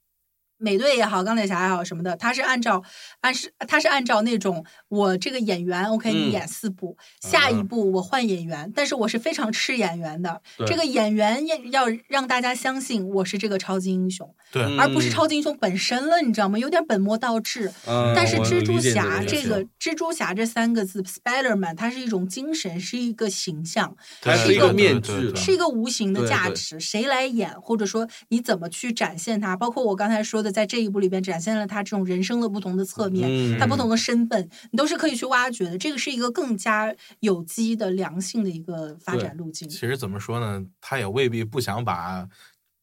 Speaker 1: 美队也好，钢铁侠也好什么的，它是按照，按是它是按照那种我这个演员，OK，你
Speaker 3: 嗯
Speaker 1: 演四部，下一
Speaker 2: 啊
Speaker 1: 部我换演员，但是我是非常吃演员的，
Speaker 3: 对
Speaker 1: 这个演员要要让大家相信我是这个超级英雄，
Speaker 2: 对，
Speaker 1: 而不是超级英雄本身了，你知道吗？有点本末倒置。
Speaker 3: 嗯，
Speaker 1: 但是
Speaker 3: 我
Speaker 1: 蜘蛛
Speaker 3: 理解你的
Speaker 1: 侠
Speaker 3: 意思
Speaker 1: 这个蜘蛛侠这三个字 Spiderman，它是一种精神，是一个形象，
Speaker 3: 它
Speaker 1: 是
Speaker 2: 对
Speaker 1: 一个
Speaker 2: 对
Speaker 3: 面
Speaker 2: 对
Speaker 3: 具
Speaker 2: 对
Speaker 1: 是一个无形的
Speaker 3: 对
Speaker 1: 价
Speaker 3: 对
Speaker 1: 值。谁来演，或者说你怎么去展现它？包括我刚才说的，在这一部里边展现了他这种人生的不同的侧面，
Speaker 3: 嗯
Speaker 1: 他不同的身份，你都是可以去挖掘的。这个是一个更加有机的、良性的一个发
Speaker 3: 对
Speaker 1: 展路径。
Speaker 2: 其实怎么说呢，他也未必不想把。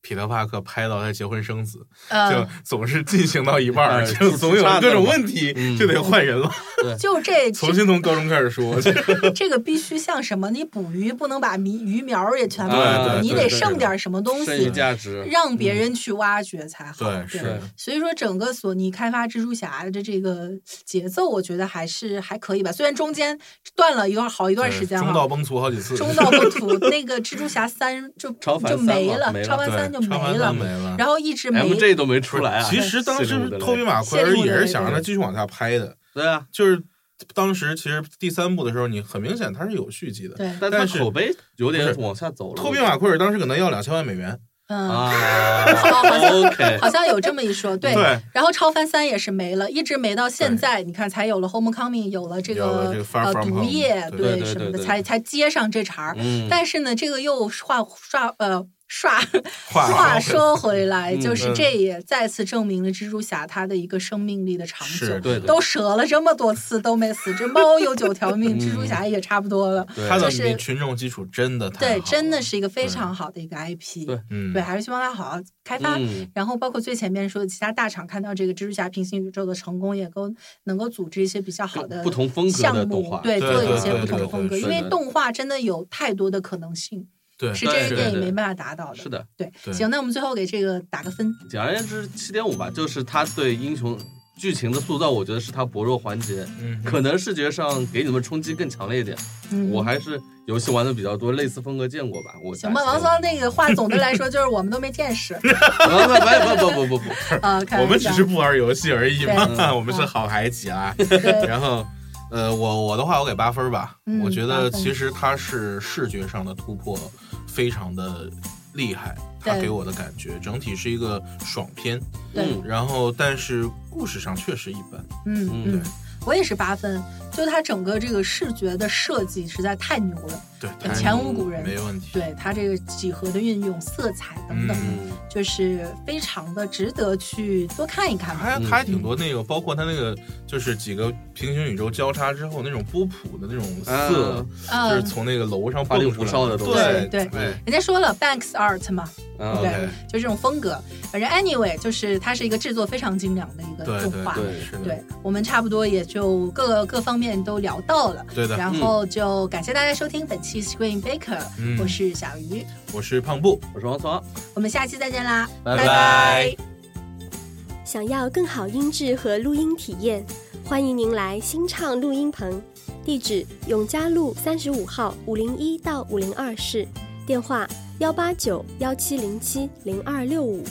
Speaker 2: 彼得·帕克拍到他结婚生子，就
Speaker 1: 呃，
Speaker 2: 总是进行到一半儿，
Speaker 3: 呃
Speaker 2: 就
Speaker 3: 出
Speaker 2: 总有
Speaker 3: 岔子
Speaker 2: 各种
Speaker 3: 嘛
Speaker 2: 问题，
Speaker 3: 嗯
Speaker 2: 就得换人了。
Speaker 1: 就这
Speaker 2: 重新从高中开始说，这个
Speaker 1: 这个必须像什么？你捕鱼不能把鱼鱼苗儿也全部
Speaker 3: 对
Speaker 1: 捕
Speaker 3: 对
Speaker 1: 了，你
Speaker 3: 对
Speaker 1: 得
Speaker 3: 对
Speaker 1: 剩点儿什么东
Speaker 3: 剩余
Speaker 1: 西，
Speaker 3: 价值，
Speaker 1: 让别人去挖掘才好。
Speaker 2: 对是
Speaker 3: 的
Speaker 1: 所以说整个索尼开发蜘蛛侠的这个节奏，我觉得还是还可以吧。虽然中间断了一段好一段时间
Speaker 2: 中道
Speaker 1: 了。
Speaker 2: 崩殂好几次，
Speaker 1: 中道崩殂，那个蜘蛛侠三就
Speaker 3: 超凡
Speaker 1: 就
Speaker 3: 三
Speaker 1: 没
Speaker 3: 嘛
Speaker 1: 了
Speaker 3: 没，了
Speaker 1: 超凡
Speaker 2: 对
Speaker 1: 三就
Speaker 2: 超凡
Speaker 1: 没
Speaker 2: 三
Speaker 1: 了，
Speaker 2: 没了。
Speaker 1: 然后一直没
Speaker 3: M J 都没出来啊。
Speaker 2: 其实当
Speaker 3: 谢
Speaker 2: 时
Speaker 3: 里姆的
Speaker 2: 托比
Speaker 3: 雷
Speaker 2: 马奎尔
Speaker 1: 谢里姆的
Speaker 2: 也
Speaker 1: 雷
Speaker 2: 是想让他继续往下拍的，
Speaker 3: 对啊，
Speaker 2: 就是当时其实第三部的时候，你很明显他是有续集的。
Speaker 1: 对，
Speaker 3: 但他
Speaker 2: 但是
Speaker 3: 口碑有点
Speaker 2: 不是
Speaker 3: 往下走了。
Speaker 2: 托比马奎尔当时可能要两千万美元，
Speaker 1: 嗯，
Speaker 3: 啊，OK，
Speaker 1: 好像有这么一说，对。
Speaker 2: 对，
Speaker 1: 然后超凡三也是没了，一直没到现
Speaker 2: 对
Speaker 1: 在，你看才有了 Homecoming，有了这
Speaker 2: 有了
Speaker 1: 个
Speaker 2: 这个 Far
Speaker 1: 呃
Speaker 2: From
Speaker 1: 毒
Speaker 2: Home，
Speaker 1: 液，
Speaker 2: 对
Speaker 3: 对对
Speaker 1: 什么的，
Speaker 3: 对
Speaker 1: 才才接上这茬儿。
Speaker 3: 嗯，
Speaker 1: 但是呢，这个又话话呃刷
Speaker 2: 话
Speaker 1: 话说回来，
Speaker 3: 嗯
Speaker 1: 就是
Speaker 2: 嗯
Speaker 1: 这也再次证明了蜘蛛侠他的一个生命力的长
Speaker 2: 是
Speaker 1: 久。
Speaker 3: 对的
Speaker 1: 都折了这么多次都没死，这猫有九条命，
Speaker 3: 嗯
Speaker 1: 蜘蛛侠也差不多了。
Speaker 3: 对
Speaker 2: 他的
Speaker 1: 就是
Speaker 2: 群众基础真的太
Speaker 1: 对，
Speaker 2: 好
Speaker 1: 真的
Speaker 2: 了，
Speaker 1: 是一个非
Speaker 2: 对
Speaker 1: 常好的一个 IP。
Speaker 3: 对
Speaker 2: 嗯
Speaker 1: 对，，还是希望它好好开发。
Speaker 3: 嗯
Speaker 1: 然后包括最前面说的，其他大厂看到这个蜘蛛侠平行宇宙的成功，也够能够组织一些比较好的
Speaker 3: 不同风格
Speaker 1: 项
Speaker 3: 的
Speaker 1: 目，
Speaker 3: 动画，
Speaker 1: 对，
Speaker 2: 对
Speaker 1: 做
Speaker 2: 对
Speaker 1: 一些
Speaker 2: 对
Speaker 1: 不
Speaker 2: 对
Speaker 1: 同
Speaker 2: 对
Speaker 1: 风格，
Speaker 2: 对
Speaker 1: 因
Speaker 3: 是
Speaker 1: 为
Speaker 3: 的
Speaker 1: 动画真的有太多的可能性，
Speaker 2: 对，
Speaker 1: 是这
Speaker 3: 对
Speaker 1: 些
Speaker 3: 对
Speaker 1: 电影
Speaker 3: 对
Speaker 1: 没办法达到的。
Speaker 3: 是的。
Speaker 2: 对
Speaker 1: 对，行，那我们最后给这个打个分，
Speaker 3: 简而言之，七点五吧，就是他对英雄剧情的塑造，我觉得是他薄弱环节，
Speaker 2: 嗯，
Speaker 3: 可能视觉上给你们冲击更强烈一点。
Speaker 1: 嗯，
Speaker 3: 我还是游戏玩的比较多，类似风格见过吧。我
Speaker 1: 行吧，王
Speaker 3: 三，
Speaker 1: 骚那个话，总的来说就是我们都没见 识，
Speaker 3: 不不不不不不，
Speaker 1: 呃，开
Speaker 2: 我
Speaker 1: 玩
Speaker 2: 们只
Speaker 1: 笑
Speaker 2: 是不玩游戏而已嘛，
Speaker 3: 对
Speaker 2: 我们是好孩子啊。
Speaker 1: 对
Speaker 2: 然后，呃，我我的话我给八分儿吧，
Speaker 1: 嗯
Speaker 2: 我觉
Speaker 1: 八
Speaker 2: 得
Speaker 1: 分
Speaker 2: 其实它是视觉上的突破非常的厉害，它
Speaker 1: 对
Speaker 2: 给我的感觉，整体是一个爽片。
Speaker 1: 对，
Speaker 3: 嗯
Speaker 2: 然后，但是故事上确实一般。
Speaker 1: 嗯
Speaker 3: 嗯
Speaker 1: 嗯，我也是八分，就它整个这个视觉的设计实在太牛了，
Speaker 2: 对，
Speaker 1: 很
Speaker 2: 太
Speaker 1: 前无古人
Speaker 2: 没问题。
Speaker 1: 对它这个几何的运用、色彩等等，
Speaker 2: 嗯
Speaker 1: 就是非常的值得去多看一看吧。
Speaker 2: 还
Speaker 3: 嗯
Speaker 2: 还挺多那个，包括它那个就是几个平行宇宙交叉之后那种波普的那种色，啊就是
Speaker 1: 嗯，
Speaker 2: 从那个楼上
Speaker 3: 花里
Speaker 2: 蹦
Speaker 3: 胡
Speaker 2: 出来
Speaker 3: 哨的东西
Speaker 2: 对
Speaker 1: 对
Speaker 2: 对
Speaker 1: 人家说了 Banks Art 嘛，
Speaker 3: 啊
Speaker 1: 对
Speaker 2: OK
Speaker 1: 就这种风格。反正 anyway，就是它是一个制作非常精良的一个
Speaker 2: 对
Speaker 1: 动画。
Speaker 2: 对，是的，
Speaker 1: 对我们差不多也就各个各方面都聊到了，
Speaker 2: 对的。
Speaker 1: 然后就感谢大家收听本期 Screen Baker，、
Speaker 2: 嗯
Speaker 1: 我是小鱼，
Speaker 2: 我是胖布，
Speaker 3: 我是王聪。
Speaker 1: 我们下期再见啦，
Speaker 3: 拜
Speaker 1: 拜
Speaker 3: 拜
Speaker 4: 想要更好音质和录音体验，欢迎您来新唱录音棚，地址永嘉路三十五号五零一到五零二室，电话幺八九幺七零七零二六五。